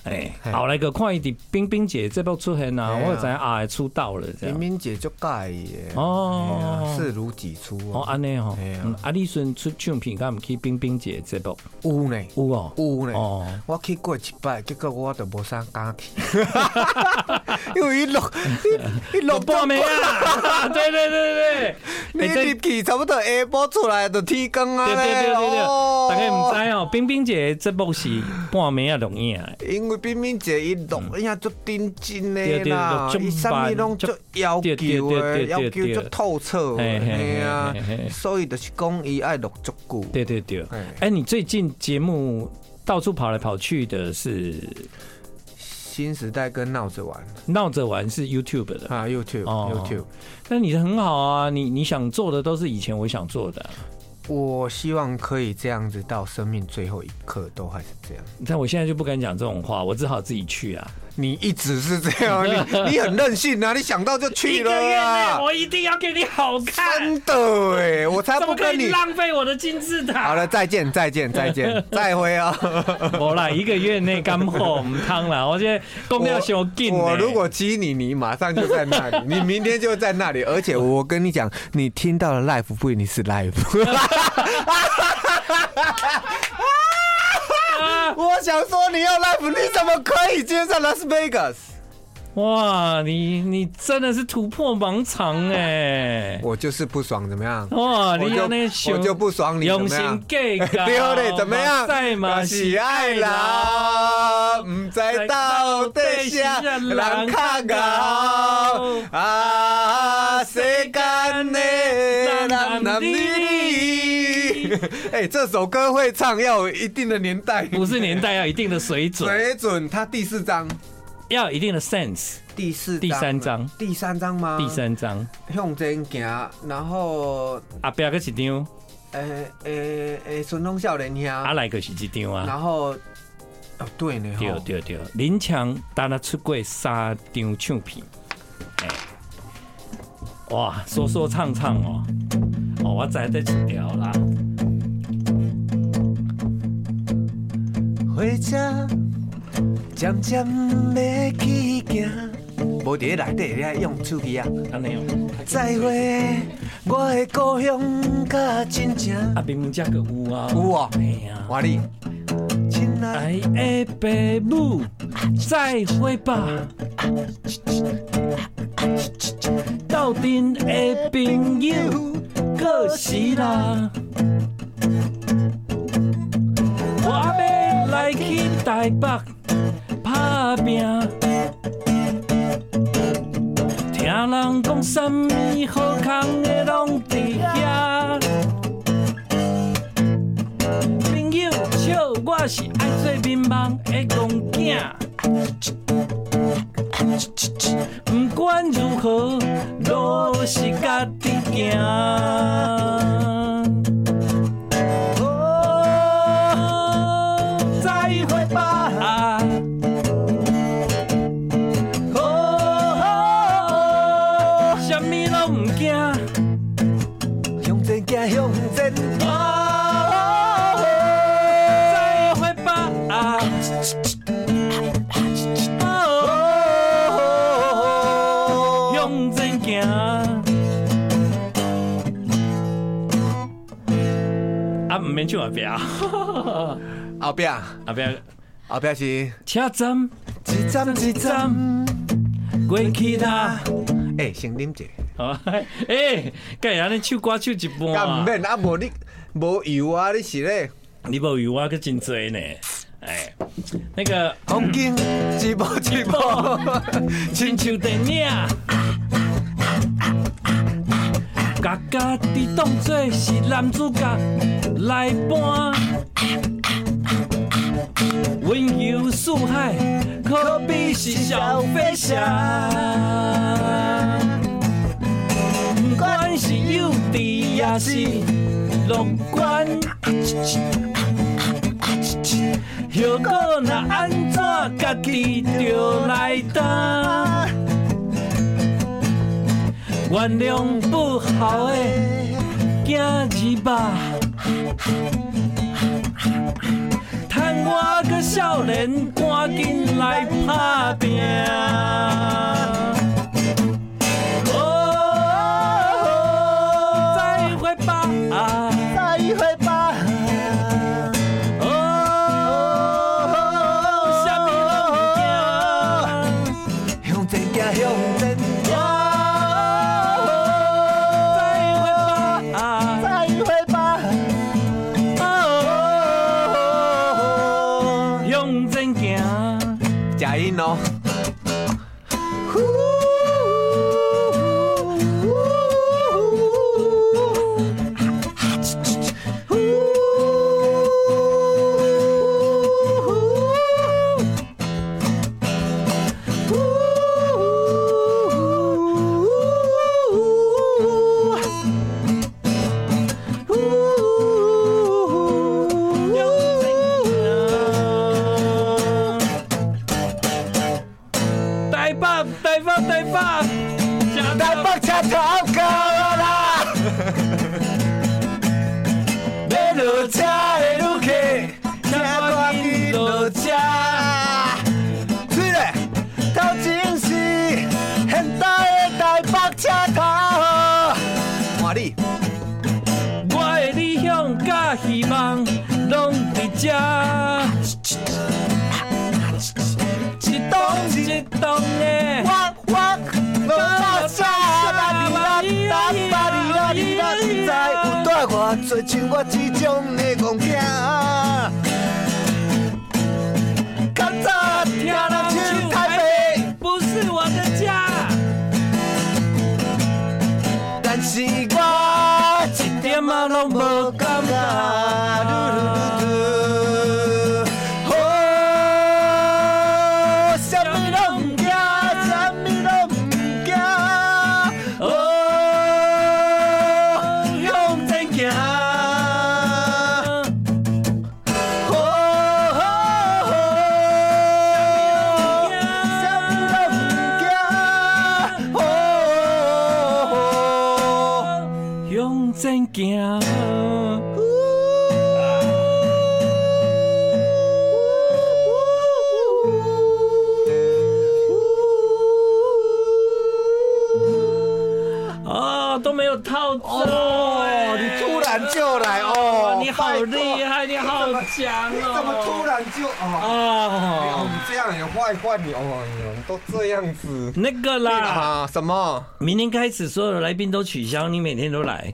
S1: 哎，
S2: 嘿
S1: 后来个看伊伫冰冰姐这部出现啊，
S2: 嘿啊
S1: 我就知道啊出道了这
S2: 明
S1: 样。
S2: 明姐就介耶，
S1: 哦
S2: 嘿啊视如己出
S1: 哦，
S2: 哦，
S1: 安尼哦
S2: 嘿啊，
S1: 嗯啊，你顺出唱片，敢毋去冰冰姐这部？
S2: 有呢，
S1: 有哦，
S2: 有呢
S1: 哦。
S2: 我去过一摆，结果我都无啥敢 去，因为伊落伊落
S1: 半暝 啊！ 对对对
S2: 你
S1: 对，哎这
S2: 入去差不多下晡出来就天光啊
S1: 对对对对对，
S2: 哦
S1: 大家唔知哦，冰冰姐的节目是半暝啊录影的，
S2: 因为冰冰姐伊录音啊足认真
S1: 对嗯
S2: 的
S1: 对
S2: 啦，
S1: 录足
S2: 伊啥物拢足要
S1: 对对
S2: 求的，
S1: 对对对
S2: 要求足透彻的，
S1: 嘿嘿嘿
S2: 嘿啊
S1: 嘿嘿嘿，
S2: 所以就是讲伊爱录足久。
S1: 对对对。
S2: 嘿
S1: 哎，你最近节目到处跑来跑去的是
S2: 新时代跟闹着玩
S1: 闹着玩是 YouTube 的，
S2: 啊，YouTube
S1: 哦
S2: YouTube，
S1: 但你的很好啊，你你想做的都是以前我想做的啊，
S2: 我希望可以这样子到生命最后一刻都还是这样。
S1: 但我现在就不敢讲这种话，我只好自己去啊。
S2: 你一直是这样，你你很任性啊，你想到就
S1: 一
S2: 去
S1: 个月
S2: 了
S1: 内
S2: 啊。
S1: 我一定要给你好看，
S2: 真的哎，我才
S1: 怎
S2: 不
S1: 么可
S2: 跟
S1: 以
S2: 你。
S1: 浪费我的金字塔？
S2: 好了，再见，再见，再见，再会啊！
S1: 无啦，一个月内干货唔汤啦，我现在工作上紧呢。
S2: 我如果激你，你马上就在那里，你明天就在那里。而且我跟你讲，你听到了 live 不一定是 live。我想说你要 live，你怎么可以接上 Las Vegas？
S1: 哇，你你真的是突破盲肠哎、Oh
S2: 我就是不爽，怎么样？
S1: 哇，
S2: 我
S1: 你有
S2: 就
S1: 那熊
S2: 我就不爽你，怎
S1: 用
S2: 么
S1: 心
S2: 样？
S1: gay
S2: 对嘞，怎么样？哎
S1: 赛马
S2: 喜
S1: 喜
S2: 爱
S1: 爱啦，
S2: 啦，唔知到底啥人较牛啊！世间的男男女，哎，这首歌会唱要有一定的年代，
S1: 不是年代要有一定的水准，
S2: 水准。它第四章，
S1: 要有一定的 sense。
S2: 第四，
S1: 第三章，
S2: 第三章吗？
S1: 第三章啊
S2: 向前行，然后
S1: 阿彪个是
S2: 啊
S1: 张，
S2: 诶诶诶，顺风少年兄，
S1: 阿来个是一张啊。
S2: 然后哦对呢，
S1: 对
S2: 吼
S1: 对对，林强单他出过三张唱片，哎、哇，说说唱唱哦，哦，我知得一条啦，
S2: 火车渐渐要起行，无伫咧内底咧用手机啊。
S1: 安尼哦。
S2: 再会，我的故乡甲亲情。
S1: 啊，明明这个有啊，
S2: 有哦
S1: 哎呀，
S2: 我你，亲爱
S1: 爱的父母，再会吧。斗阵的朋友，过时啦。我要来去台北打拼，听人讲什么好康的拢伫遐。朋友笑我是爱做民梦的戆囝，唔
S4: 哦，再会吧。哦，
S1: 什么拢唔惊，
S4: 向前行，向前行。
S1: 再会吧啊！
S2: 哦
S1: 哦向前行。啊，唔免唱阿伯啊，
S2: 后壁
S1: 阿伯，
S2: 后壁是
S1: 车站
S2: 一站一站，
S1: 过去啦。
S2: 哎，先啉者，
S1: 好， 哎，会安尼唱歌唱一半
S2: 干
S1: 啊
S2: 毋，免啊，无你无油啊，你是咧
S1: 你无油我去真多呢。哎，那个
S2: 风景一步一 步，
S1: 亲像电影，把家己当作是男主角来扮，温柔似海，可比是小飞侠。不管是幼稚也是乐观，后果若安怎，家己就来担。原谅不好的今日吧，趁我搁少年，赶紧来打拼。哦，再会吧。
S4: 再会吧。
S1: 哦，什么
S4: 向
S1: 拢不惊。
S4: 前行，向前行。再会吧。
S1: 向前行，
S2: 食因咯。
S1: 台北，台北，台北，吃
S2: 台北车头到啦，要落车的旅客，请赶紧落车。水嘞，头前是现代的台北车头。换你，
S1: 我的理想甲希望拢伫遮，一栋一栋的。
S2: 我我落到车，啦啦啦啦啦啦啦，不知有带偌侪像我这种的戆囝。较早听人去台北。
S1: 不是我的家，
S2: 但是我
S1: 一点啊拢无感觉。
S2: 哦，什么拢唔惊，什么拢唔惊，哦，向前行。哦哦什么拢唔惊哦
S1: 向前行。啊，都没有套中
S2: 哦，你突然就来哦！
S1: 你好厉
S2: 拜
S1: 害，你好强
S2: 托！
S1: 哦！
S2: 怎么突然就哦？哦，
S1: 哦，
S2: 你这样也坏坏你哦，你们都这样子
S1: 那个啦，
S2: 啊？什么？
S1: 明天开始所有的来宾都取消，你每天都来，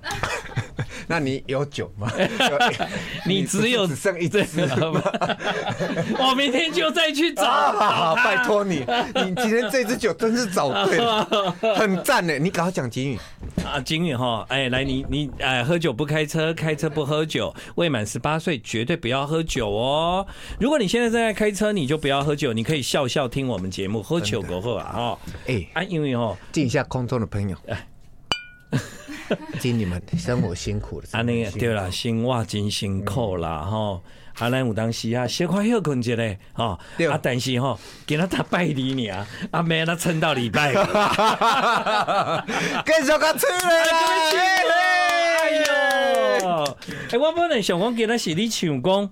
S2: 那你有酒吗？
S1: 你只有
S2: 只剩一只吗？
S1: 我明天就再去找。
S2: 啊！拜托你，你今天这支酒真是找对了，很赞呢。你赶快讲金语。
S1: 啊，金宇哈，哎，来你你哎，喝酒不开车，开车不喝酒，未满十八岁绝对不要喝酒哦。如果你现在正在开车，你就不要喝酒，你可以笑笑听我们节目，喝酒过后啊哈。
S2: 哎，
S1: 啊，因为哦，
S2: 敬一下空中的朋友。今你们生活辛苦了，
S1: 安尼啊对啦，生活真辛苦啦吼。啊，咱有当时啊，小可休困一下吼。
S2: 嗯对
S1: 啊，但是吼，今仔他拜你尔，啊，明仔撑到礼拜五。
S2: 跟小哥吃了
S1: 啊
S2: 啦，
S1: 哎呦！哎，我本来想讲今仔是你唱讲，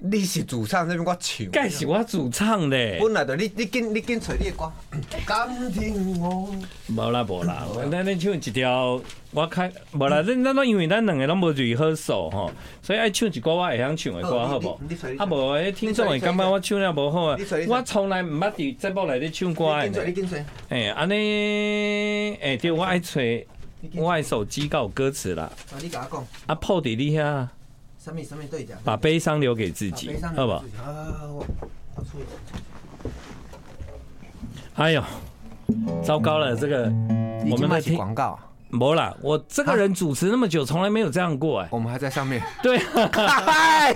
S2: 你是主唱这边我唱，
S1: 该是我主唱咧。
S2: 本来就你你紧你紧找你的歌， 感情我
S1: 无啦无啦，咱咱唱一条，我较无啦，咱咱拢因为咱两个拢无瑞好数吼，所以爱唱一个我会晓唱的歌，好无
S2: 你你你你？
S1: 啊无，迄听众会感觉我唱了无好啊
S2: 你找你，找
S1: 我从来毋捌伫节目内底唱歌的
S2: 你紧找你
S1: 呢。
S2: 紧找，
S1: 哎，安尼，哎，对我爱找
S2: 你紧找
S1: 我的手机有歌词啦，
S2: 啊你甲我讲，
S1: 啊，破伫你遐，
S2: 什么什么对讲，
S1: 把悲伤留给自己，好不好？
S2: 啊我我出
S1: 哎呦，糟糕了，这个我们在听，
S2: 广告，啊
S1: 无啦，我这个人主持那么久，从来没有这样过哎、
S2: 我们还在 上面。
S1: 对啊。
S2: 嗨，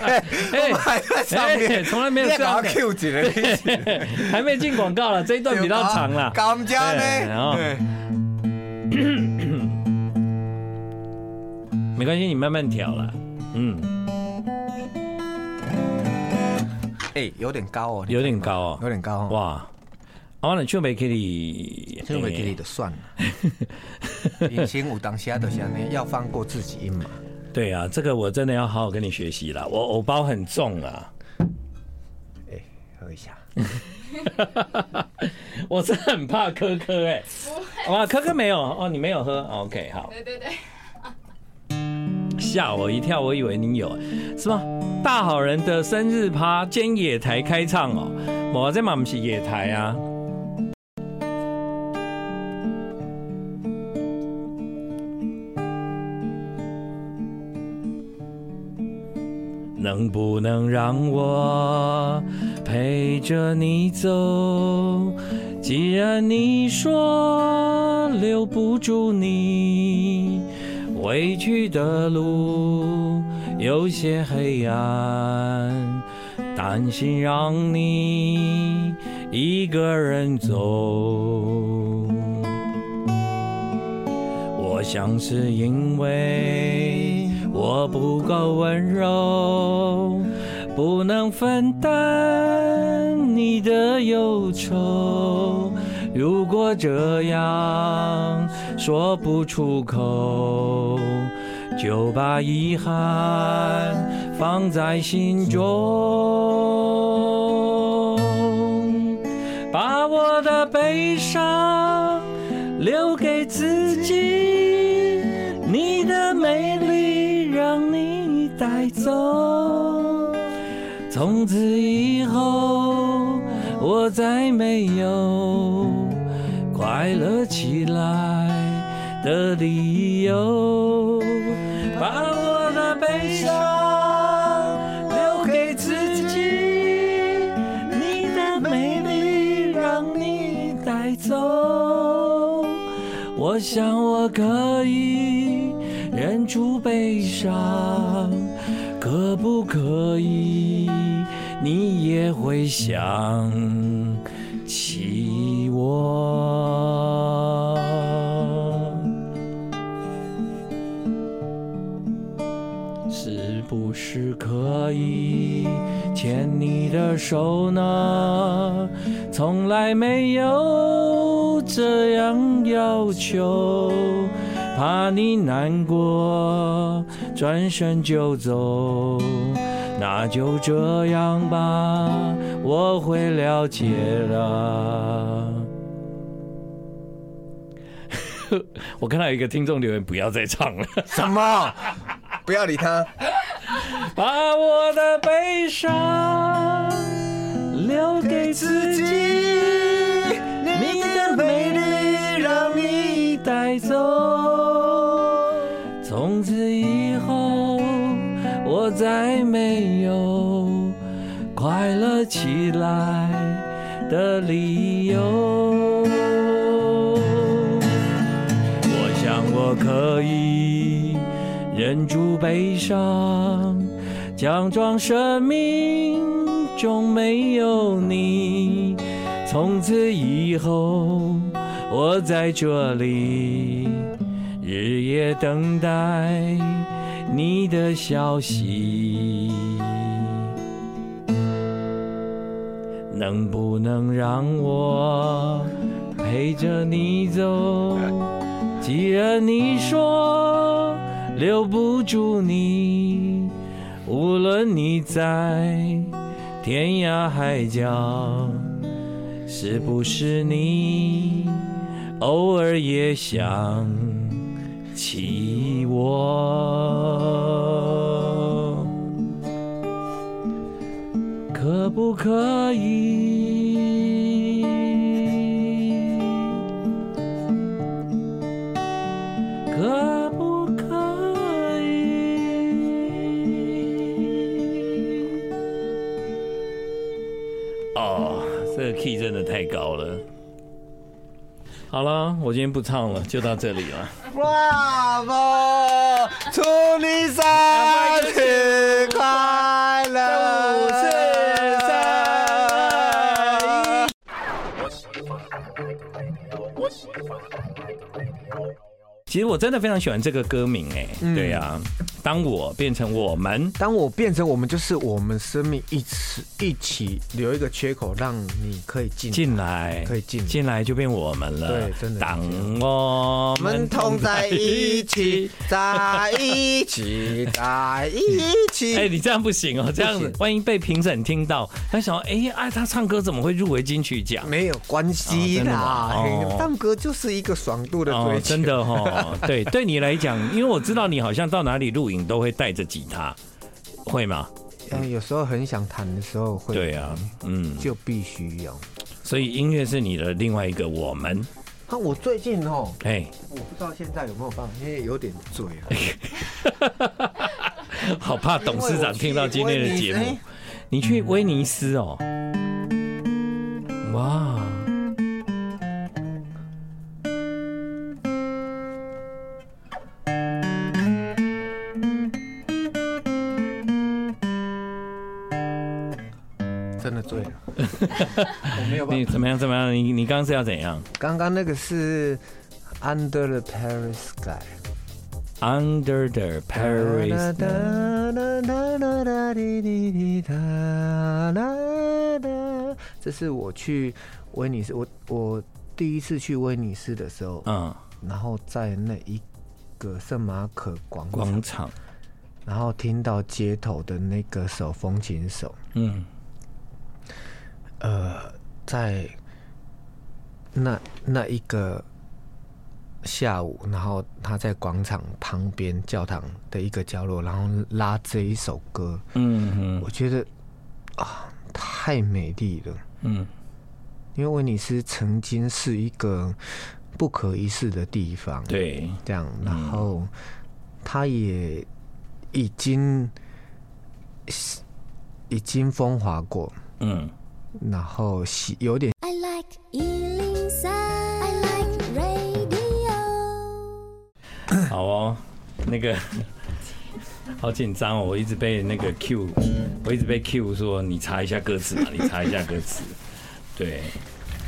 S2: 我们还在上面，
S1: 哎从来没有这样的
S2: 你要搞 Q 几人，
S1: 还没进广告了，这一段比较长 啦。
S2: 感谢
S1: 哎然后
S2: 呢，对
S1: 没关系，你慢慢调啦。嗯，
S2: 哎，有点高哦，
S1: 有点高哦。
S2: 有点高哦，
S1: 哇，啊我那唱袂起你，
S2: 这个给
S1: 哎
S2: 你的算了。隐形舞当下的下面要放过自己嘛，
S1: 哎对啊，这个我真的要好好跟你学习啦。我偶包很重啊，
S2: 哎，喝 一下，
S1: 我真的很怕科科哎、哇，科科没有哦，你没有喝，OK，好，
S5: 对对对，
S1: 吓我一跳，我以为你有，是吗？大好人的生日趴兼野台开唱哦，我这嘛不是野台啊。能不能让我陪着你走？既然你说留不住你，回去的路有些黑暗，担心让你一个人走。我想是因为我不够温柔，不能分担你的忧愁。如果这样说不出口，就把遗憾放在心中，把我的悲伤留给自己，你的美丽让你带走。从此以后，我再没有快乐起来的理由。把我的悲伤留给自己，你的美丽让你带走。我想我可以忍住悲伤，可不可以你也会想起我？是不是可以牵你的手呢？从来没有这样要求，怕你难过，转身就走。那就这样吧，我会了解了。 我看到有一个听众留言，不要再唱了。
S2: 什么？不要理他，
S1: 把我的悲伤留给自己，你的美丽让你带走。从此以后，我再没有快乐起来的理由。我想我可以忍住悲伤，假装生命中没有你。从此以后，我在这里，日夜等待你的消息。能不能让我陪着你走？既然你说留不住你，无论你在天涯海角，是不是你偶尔也想起我？可不可以可不可以？哦，这个 key 真的太高了。好了，我今天不唱了，就到这里了。
S2: Bravo！祝你生日快乐！
S1: 五四三二一。其实我真的非常喜欢这个歌名哎、
S2: 嗯
S1: 对呀、当我变成我们，
S2: 当我变成我们，就是我们生命一起一起留一个缺口，让你可以进。
S1: 进来，
S2: 可以进
S1: 进来就变我们了。
S2: 对真的是这样
S1: 当我
S2: 我们同在一起，在一起，在一
S1: 哎、
S2: 起。
S1: 你这样不行哦，这样子
S2: 不行
S1: 万一被评审听到，他想说，哎、啊，他唱歌怎么会入围金曲奖？
S2: 没有关
S1: 哦
S2: 系
S1: 真的
S2: 啦
S1: 吗，哦
S2: 当哥就是一个爽度的追
S1: 哦，
S2: 求。
S1: 真的哦，对，对你来讲，因为我知道你好像到哪里录影都会带着吉他，会吗？
S2: 嗯，有时候很想弹的时候会，
S1: 对啊，嗯，
S2: 就必须要。
S1: 所以音乐是你的另外一个我们，
S2: 那我最近哦，
S1: 哎、
S2: 我不知道现在有没有办法，因为有点醉 啊。
S1: 好怕董事长听到今天的节目。你哎去威尼斯哦，哇！
S2: 真的醉了，啊 我没有办
S1: 你
S2: 法。
S1: 怎么样？怎么样？你你刚刚是要怎样
S2: 刚刚那个是 Under the Paris Sky。
S1: ？Under the Paris，
S2: 这是我去威尼斯，我我第一次去威尼斯的时候，
S1: 嗯，
S2: 然后在那一个圣马可广
S1: 广
S2: 场，
S1: 场，
S2: 然后听到街头的那个手风琴手，
S1: 嗯，
S2: 呃，在那那一个下午，然后他在广场旁边教堂的一个角落，然后拉这一首歌，
S1: 嗯
S2: 我觉得啊，太美丽了。
S1: 嗯
S2: 因为威尼斯曾经是一个不可一世的地方，，
S1: 对，
S2: 这样，然后它也已经已经风华过，
S1: 嗯，
S2: 然后喜有点
S3: I like Ealing Sound. I like radio.
S1: 好哦，那个 好紧张哦，我一直被那个 Q，我一直被 Q 说你查一下歌词嘛，你查一下歌词， 对。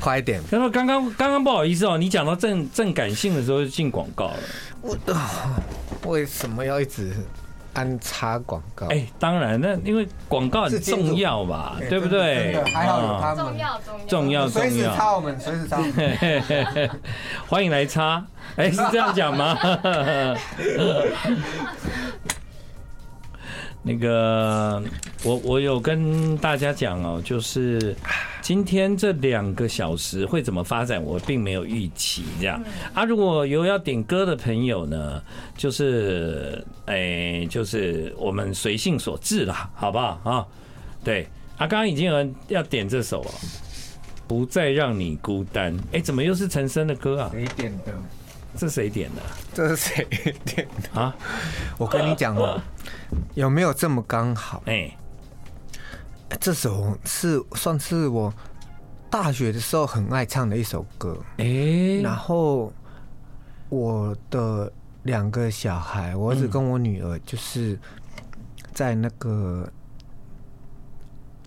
S2: 快一点，
S1: 然后刚刚刚刚不好意思哦，你讲到正正感性的时候就进广告了。
S2: 我、啊 为什么要一直安插广告？
S1: 哎、当然，那因为广告很重要吧，对不对？
S2: 真的还好有他
S5: 重
S2: 们，
S5: 要重要
S1: 重要
S2: 随
S1: 重
S2: 时
S1: 要，
S2: 插我们，随时插我们。
S1: 欢迎来插。哎、是这样讲吗？ 那个，我我有跟大家讲哦，就是今天这两个小时会怎么发展，我并没有预期这样啊。如果有要点歌的朋友呢，就是哎、就是我们随性所致啦，好不好啊？对，啊，刚刚已经有人要点这首了，哦不再让你孤单。哎、怎么又是陈升的歌啊？
S2: 谁点的？
S1: 这谁点的啊
S2: 这是谁点的？
S1: 啊？
S2: 我跟你讲哦，有没有这么刚好？
S1: 哎、
S2: 这首是算是我大学的时候很爱唱的一首歌，
S1: 哎、
S2: 然后我的两个小孩，我儿子跟我女儿，就是在那个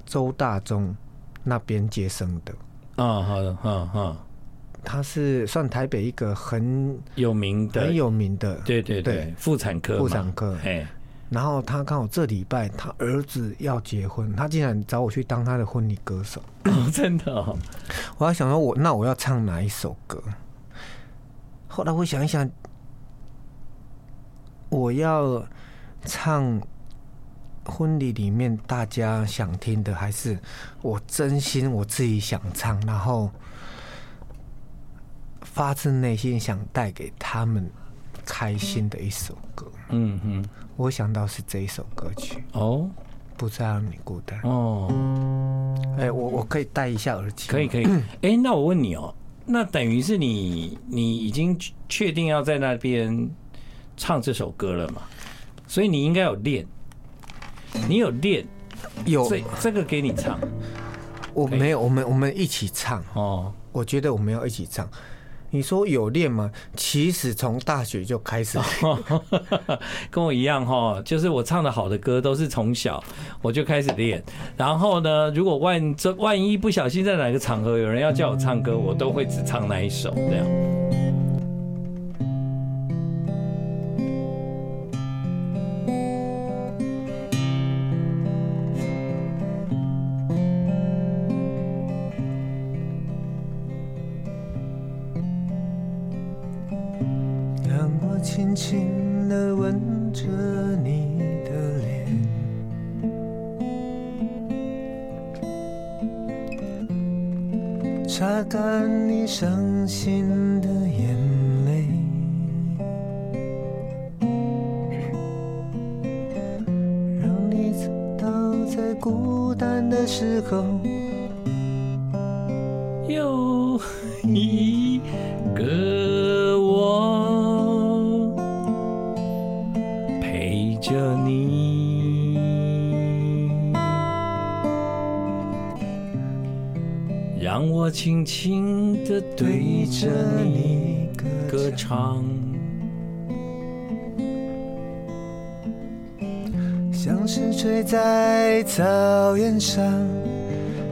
S2: 周大中那边接生的，
S1: 啊，好的，啊啊，
S2: 他是算台北一个很
S1: 有名的，
S2: 很有名的，
S1: 对对对
S2: 对，
S1: 妇产科嘛，
S2: 妇产科
S1: 哎，
S2: 然后他刚好这礼拜他儿子要结婚，他竟然找我去当他的婚礼歌手。
S1: 哦真的哦，
S2: 我还想说我那我要唱哪一首歌？后来我想一想，我要唱婚礼里面大家想听的，还是我真心我自己想唱，然后发自内心想带给他们开心的一首歌。
S1: 嗯嗯，
S2: 我想到是这一首歌曲，
S1: 哦
S2: 不再让你孤单。
S1: 哦，
S2: 哎、我我可以戴一下耳机吗，
S1: 可以 可以，哎，那我问你哦，那等于是你你已经确定要在那边唱这首歌了嘛？所以你应该有练，你有练，
S2: 有
S1: 这这个给你唱
S2: 我
S1: 可以
S2: 没有，我们我们一起唱。
S1: 哦，
S2: 我觉得我们要一起唱。你说有练吗？其实从大学就开始，
S1: 跟我一样哈，就是我唱的好的歌都是从小我就开始练，然后呢，如果万这万一不小心在哪个场合有人要叫我唱歌，我都会只唱那一首这样。
S2: 让我轻轻地吻着你的脸，擦干你伤心的眼泪，让你知道在孤单的时候。
S1: 有一个我陪着你，让我轻轻地对着你歌唱。
S2: 像是吹在草原上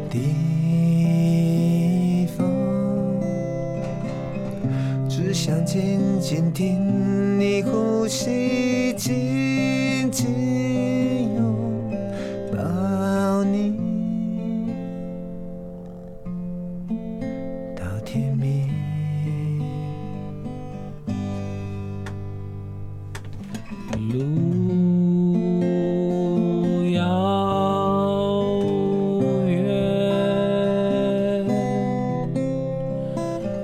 S2: 的风，只想静静听你呼吸，紧紧拥抱你，到天明。
S1: 路遥远，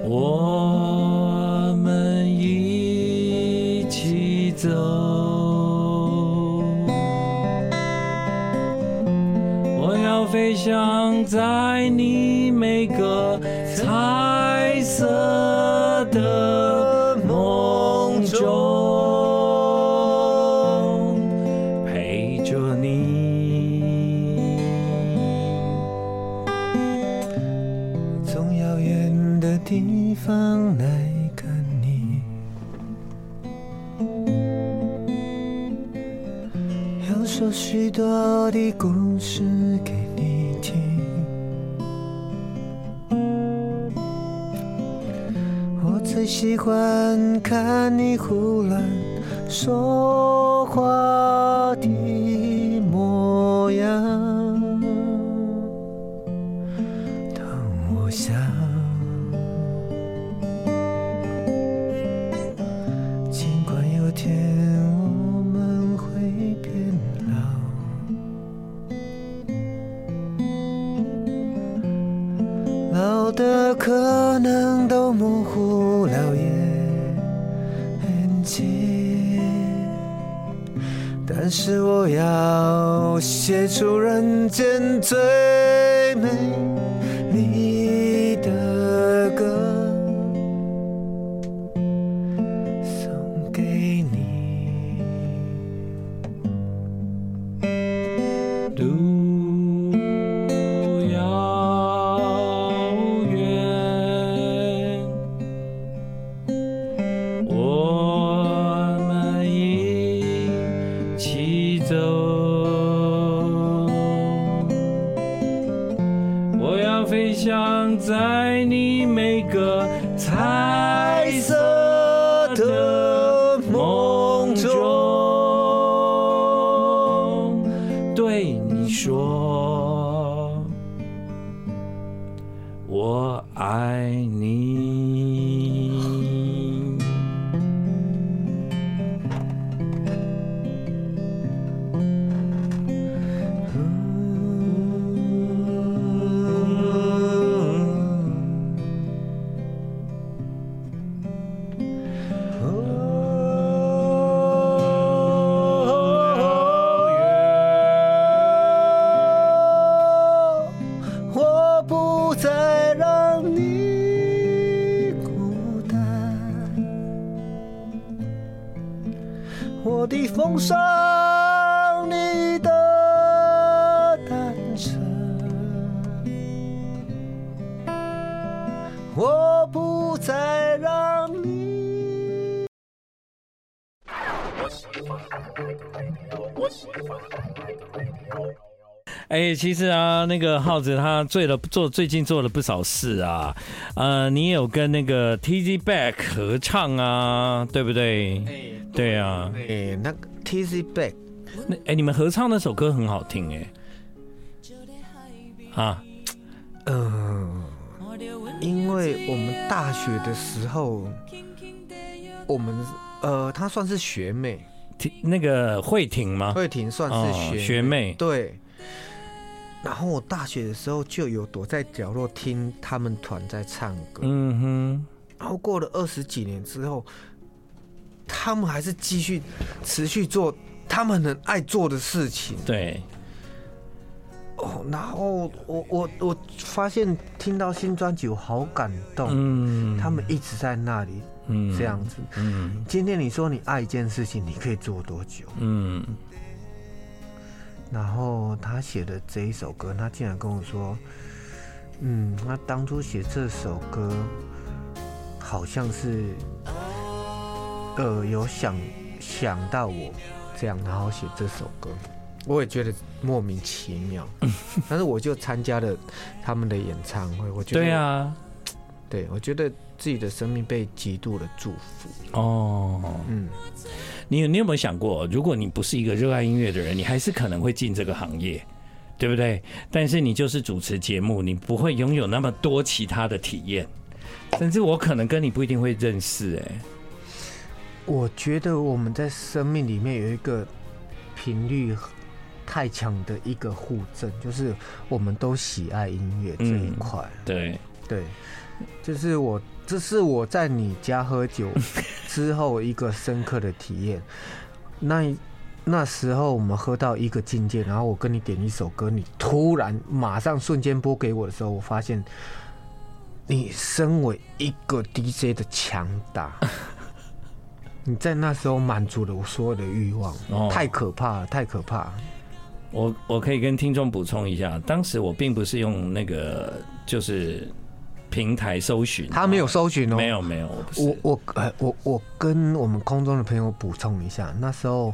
S1: 我们一起走，我要飞翔在你每个彩色的梦中，陪着你。
S2: 从遥远的地方来看你，要说许多的故事给你听。我最喜欢看你忽然说话的模样。当我想尽管有天我们会变老，老的可能都模糊了眼睛，但是我要写出人间最美丽的歌，送给你。
S1: 路遥远，我们一起走。我要飞翔在你每个彩说，我爱你。
S4: 哦我不再让你孤单，我的风霜，你的单车，我不再让你。
S1: 哎、其实啊，那个耗子他做了做最近做了不少事啊，呃，你也有跟那个 TZ Back 合唱啊，对不对？对啊，
S2: 哎、那个 TZ Back
S1: 那哎、你们合唱那首歌很好听哎、啊，
S2: 因为我们大学的时候，我们呃，她算是学妹，
S1: 听那个慧婷吗？
S2: 慧婷算
S1: 哦
S2: 是学妹、
S1: 学妹
S2: 对。然后我大学的时候就有躲在角落听他们团在唱歌，
S1: 嗯哼，
S2: 然后过了二十几年之后，他们还是继续持续做他们很爱做的事情
S1: 对，
S2: 哦。然后我我我发现听到新专辑我好感动，
S1: 嗯，
S2: 他们一直在那里
S1: 嗯
S2: 这样子。
S1: 嗯
S2: 今天你说你爱一件事情，你可以做多久？
S1: 嗯，
S2: 然后他写的这一首歌，他竟然跟我说，嗯，他当初写这首歌，好像是，呃，有想想到我这样，然后写这首歌，我也觉得莫名其妙。
S1: 嗯
S2: 但是我就参加了他们的演唱会，我觉得，
S1: 对啊，
S2: 对我觉得自己的生命被极度的祝福。
S1: 哦，
S2: 嗯，
S1: 你有你有没有想过，如果你不是一个热爱音乐的人，你还是可能会进这个行业，对不对？但是你就是主持节目，你不会拥有那么多其他的体验，甚至我可能跟你不一定会认识、哎，
S2: 我觉得我们在生命里面有一个频率太强的一个互证，就是我们都喜爱音乐这一块。
S1: 对，
S2: 对，就是我，这是我在你家喝酒之后一个深刻的体验。那一那时候我们喝到一个境界，然后我跟你点一首歌，你突然马上瞬间播给我的时候，我发现你身为一个 DJ 的强大。 你在那时候满足了我所有的欲望，
S1: 哦
S2: 太可怕了，太可怕了。
S1: 我我可以跟听众补充一下，当时我并不是用那个就是平台搜寻，
S2: 他没有搜寻哦，
S1: 没有没有，我不是
S2: 我我呃我我跟我们空中的朋友补充一下，那时候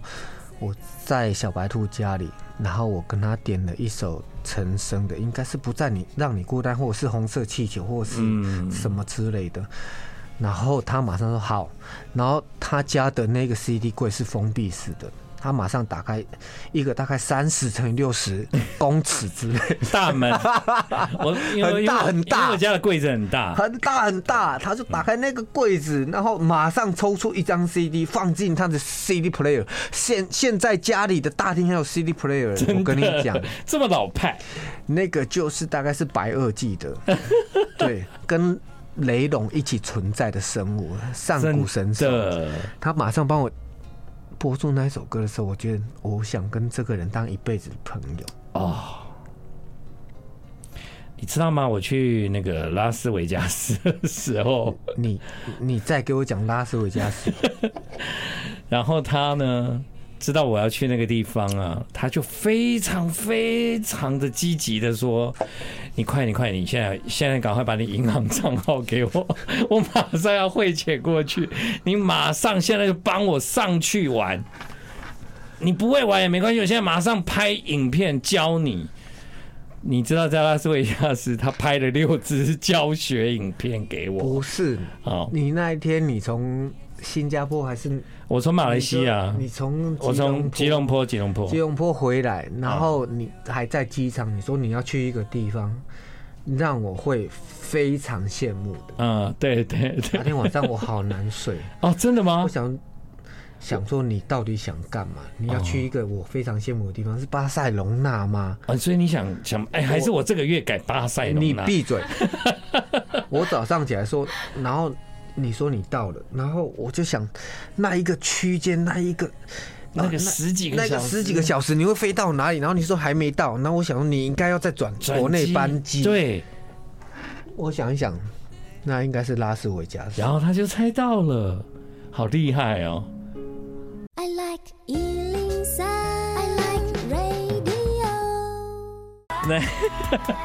S2: 我在小白兔家里，然后我跟他点了一首陈升的，应该是不在你让你孤单，或者是红色气球，或者是
S1: 嗯
S2: 什么之类的。然后他马上说好，然后他家的那个 CD 柜是封闭式的，他马上打开一个大概三十乘以六十公尺之类的
S1: 大 门，我因为因
S2: 很大
S1: 为
S2: 很大
S1: 因为我家的柜子很大，
S2: 很大很大，他就打开那个柜子，然后马上抽出一张 CD 放进他的 CD player。现现在家里的大厅还有 CD player，我跟你讲，
S1: 这么老派，
S2: 那个就是大概是白垩纪 的，对，跟雷龙一起存在的生物，上嗯古神
S1: 真
S2: 兽。
S1: 的，
S2: 他马上帮我播出那一首歌的时候，我觉得我想跟这个人当一辈子的朋友。
S1: 你知道吗？我去那个拉斯维加斯的时候，
S2: 你你再给我讲拉斯维加 斯，
S1: 然后他呢知道我要去那个地方啊，他就非常非常的积极的说：“你快，你快，你现在现在赶快把你银行账号给我， 我马上要汇钱过去，你马上现在就帮我上去玩。你不会玩也没关系，我现在马上拍影片教你。”你知道在拉斯维加斯，他拍了六支教学影片给我。
S2: 不是
S1: 好，
S2: 你那一天你从新加坡还是
S1: 我从马来西亚，
S2: 你从
S1: 我从吉隆坡，吉隆坡，
S2: 吉隆坡回来，然后你还在机场，你说你要去一个地方，让我会非常羡慕 的。
S1: 嗯，对对对
S2: 那，天晚上我好难睡，
S1: 哦，真的吗
S2: 我？想想说你到底想干嘛？你要去一个我非常羡慕的地方，是巴塞隆纳吗？
S1: 啊，所以你想想，哎，还是我这个月改巴塞
S2: 你
S1: 隆纳？
S2: 闭 嘴！我早上起来说，然后你说你到了，然后我就想那一个区间那一个。
S1: 那个十几个
S2: 那个
S1: 小时
S2: 十几个小时，你会飞到哪里？然后你说还没到，然后我想说你应该要再转
S1: 转
S2: 国内班机。，
S1: 对，
S2: 我想一想，那应该是拉斯维加斯。
S1: 然后他就猜到了，好厉害哦！
S3: I like Ealing Sound. I like radio.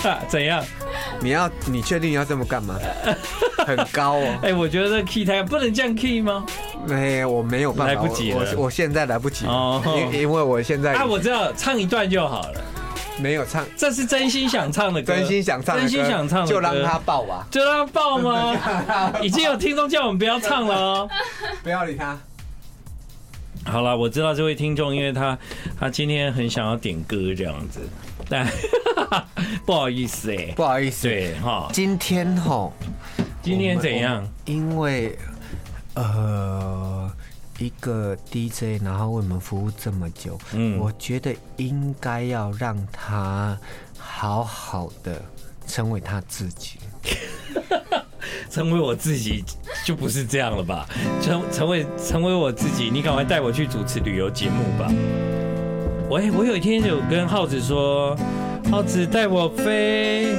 S1: 啊怎样？
S2: 你要你确定要这么 干嘛？很高哦。
S1: 哎，我觉得这 key 太不能这样 key 吗？
S2: 没，我没有办法，
S1: 来不及
S2: 我
S1: 了
S2: 我我现在来不及了
S1: 哦
S2: 因因为我现在
S1: 啊，我知道，唱一段就好了。
S2: 没有唱，
S1: 这是真心想唱的歌，
S2: 真心想唱的歌，
S1: 真心想唱的歌，
S2: 就让他爆啊吧，
S1: 就让它爆 吗？已经有听众叫我们不要唱了哦。
S2: 不要理他。
S1: 好了，我知道这位听众，因为他他今天很想要点歌这样子，但 不好意思哎、
S2: 不好意思，
S1: 对哈，
S2: 今天吼，
S1: 今天怎
S2: 我
S1: 样
S2: 们？？我们因为呃，一个 DJ，然后为我们服务这么久，
S1: 嗯
S2: 我觉得应该要让他好好的成为他自己。
S1: 成为我自己就不是这样了吧？成成为成为我自己，你赶快带我去主持旅游节目吧。喂，我有一天有跟耗子说，耗子带我飞。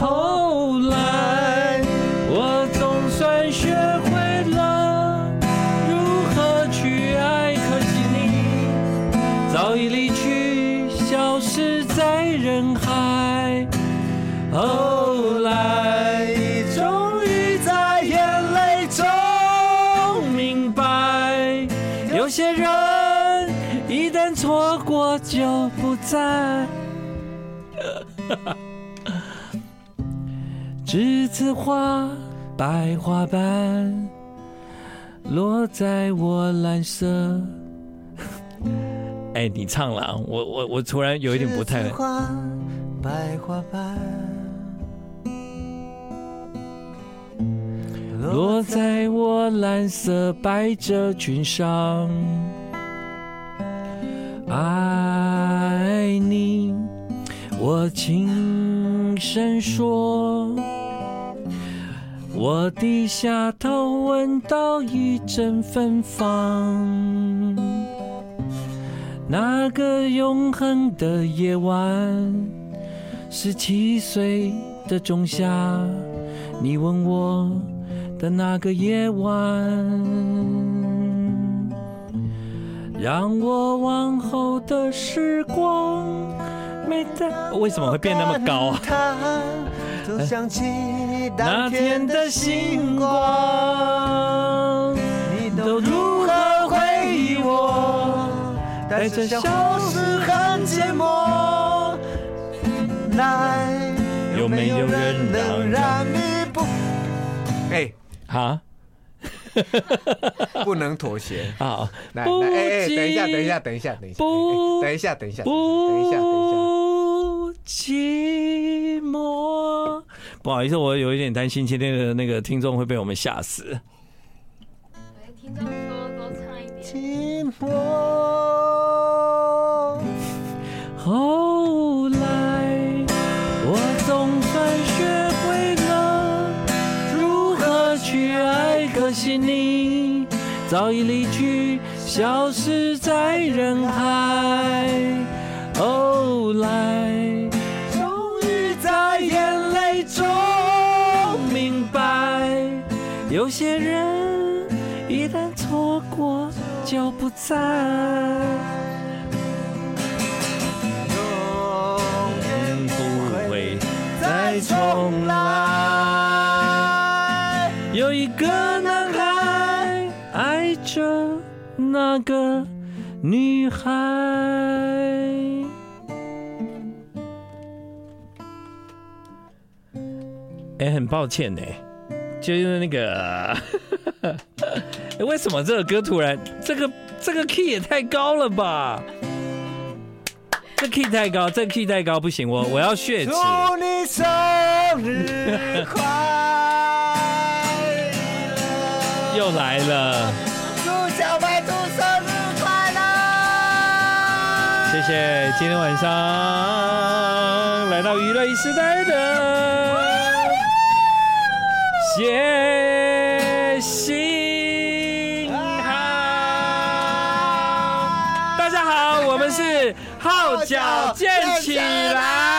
S1: 后来我总算学会了如何去爱，可惜你早已离去，消失在人海。后来，终于在眼泪中明白，有些人一旦错过就不 再。栀子花，白花瓣落在我蓝色。 哎，你唱了啊，我我我突然有一点不太
S4: 栀子花，白花瓣，
S1: 落在我蓝色百褶裙上。爱你，我轻声说。我低下头，闻到一阵芬芳。那个永恒的夜晚，十七岁的仲夏，你吻我。的那个夜晚，让我往后的时光美得为什么会变那么高啊？
S4: 它总想起
S1: 那
S4: 当
S1: 天
S4: 天
S1: 的
S4: 的
S1: 星
S4: 星光，
S1: 光，
S4: 你
S1: 都
S4: 都
S1: 如
S4: 如
S1: 何
S4: 何
S1: 回
S4: 回
S1: 忆
S4: 忆
S1: 我
S4: 我？
S1: 带
S4: 带
S1: 着
S4: 着
S1: 笑
S4: 笑
S1: 是
S4: 是很寂寞，奈
S1: 有
S4: 有
S1: 没
S4: 没
S1: 有
S4: 有
S1: 人
S4: 人
S1: 能
S4: 能
S1: 让
S4: 让你不？
S2: 哎、
S1: 啊
S2: 不能妥协。
S1: 啊！
S2: 来
S1: 不
S2: 来，哎、哎
S1: 及
S2: 等一下，等一下，等一下，等一下，
S1: 不
S2: 哎等一下，等一下，等一下，等一下，
S1: 不寂寞。不好意思，我有一点担心今天的那个听众会被我们吓死。
S5: 来听众说多唱一点。
S4: 寂寞。
S1: 后来，我总算学会了如何去爱，可惜你早已离去，消失在人海。后来，终于在眼泪中明白，有些人一旦错过就不再。永不会再重来。有一个男孩爱着那个女孩。哎、很抱歉呢、就是那个、 哎为什么这个歌突然这个这个 key 也太高了吧？这 key 太高，这 key 太高，不行，我我要血脂。
S2: 祝你生日快乐！
S1: 又来了，
S2: 祝小白兔生日快乐！
S1: 谢谢今天晚上来到娱乐一时代的谢星汉。大家好，我们是号角建起来。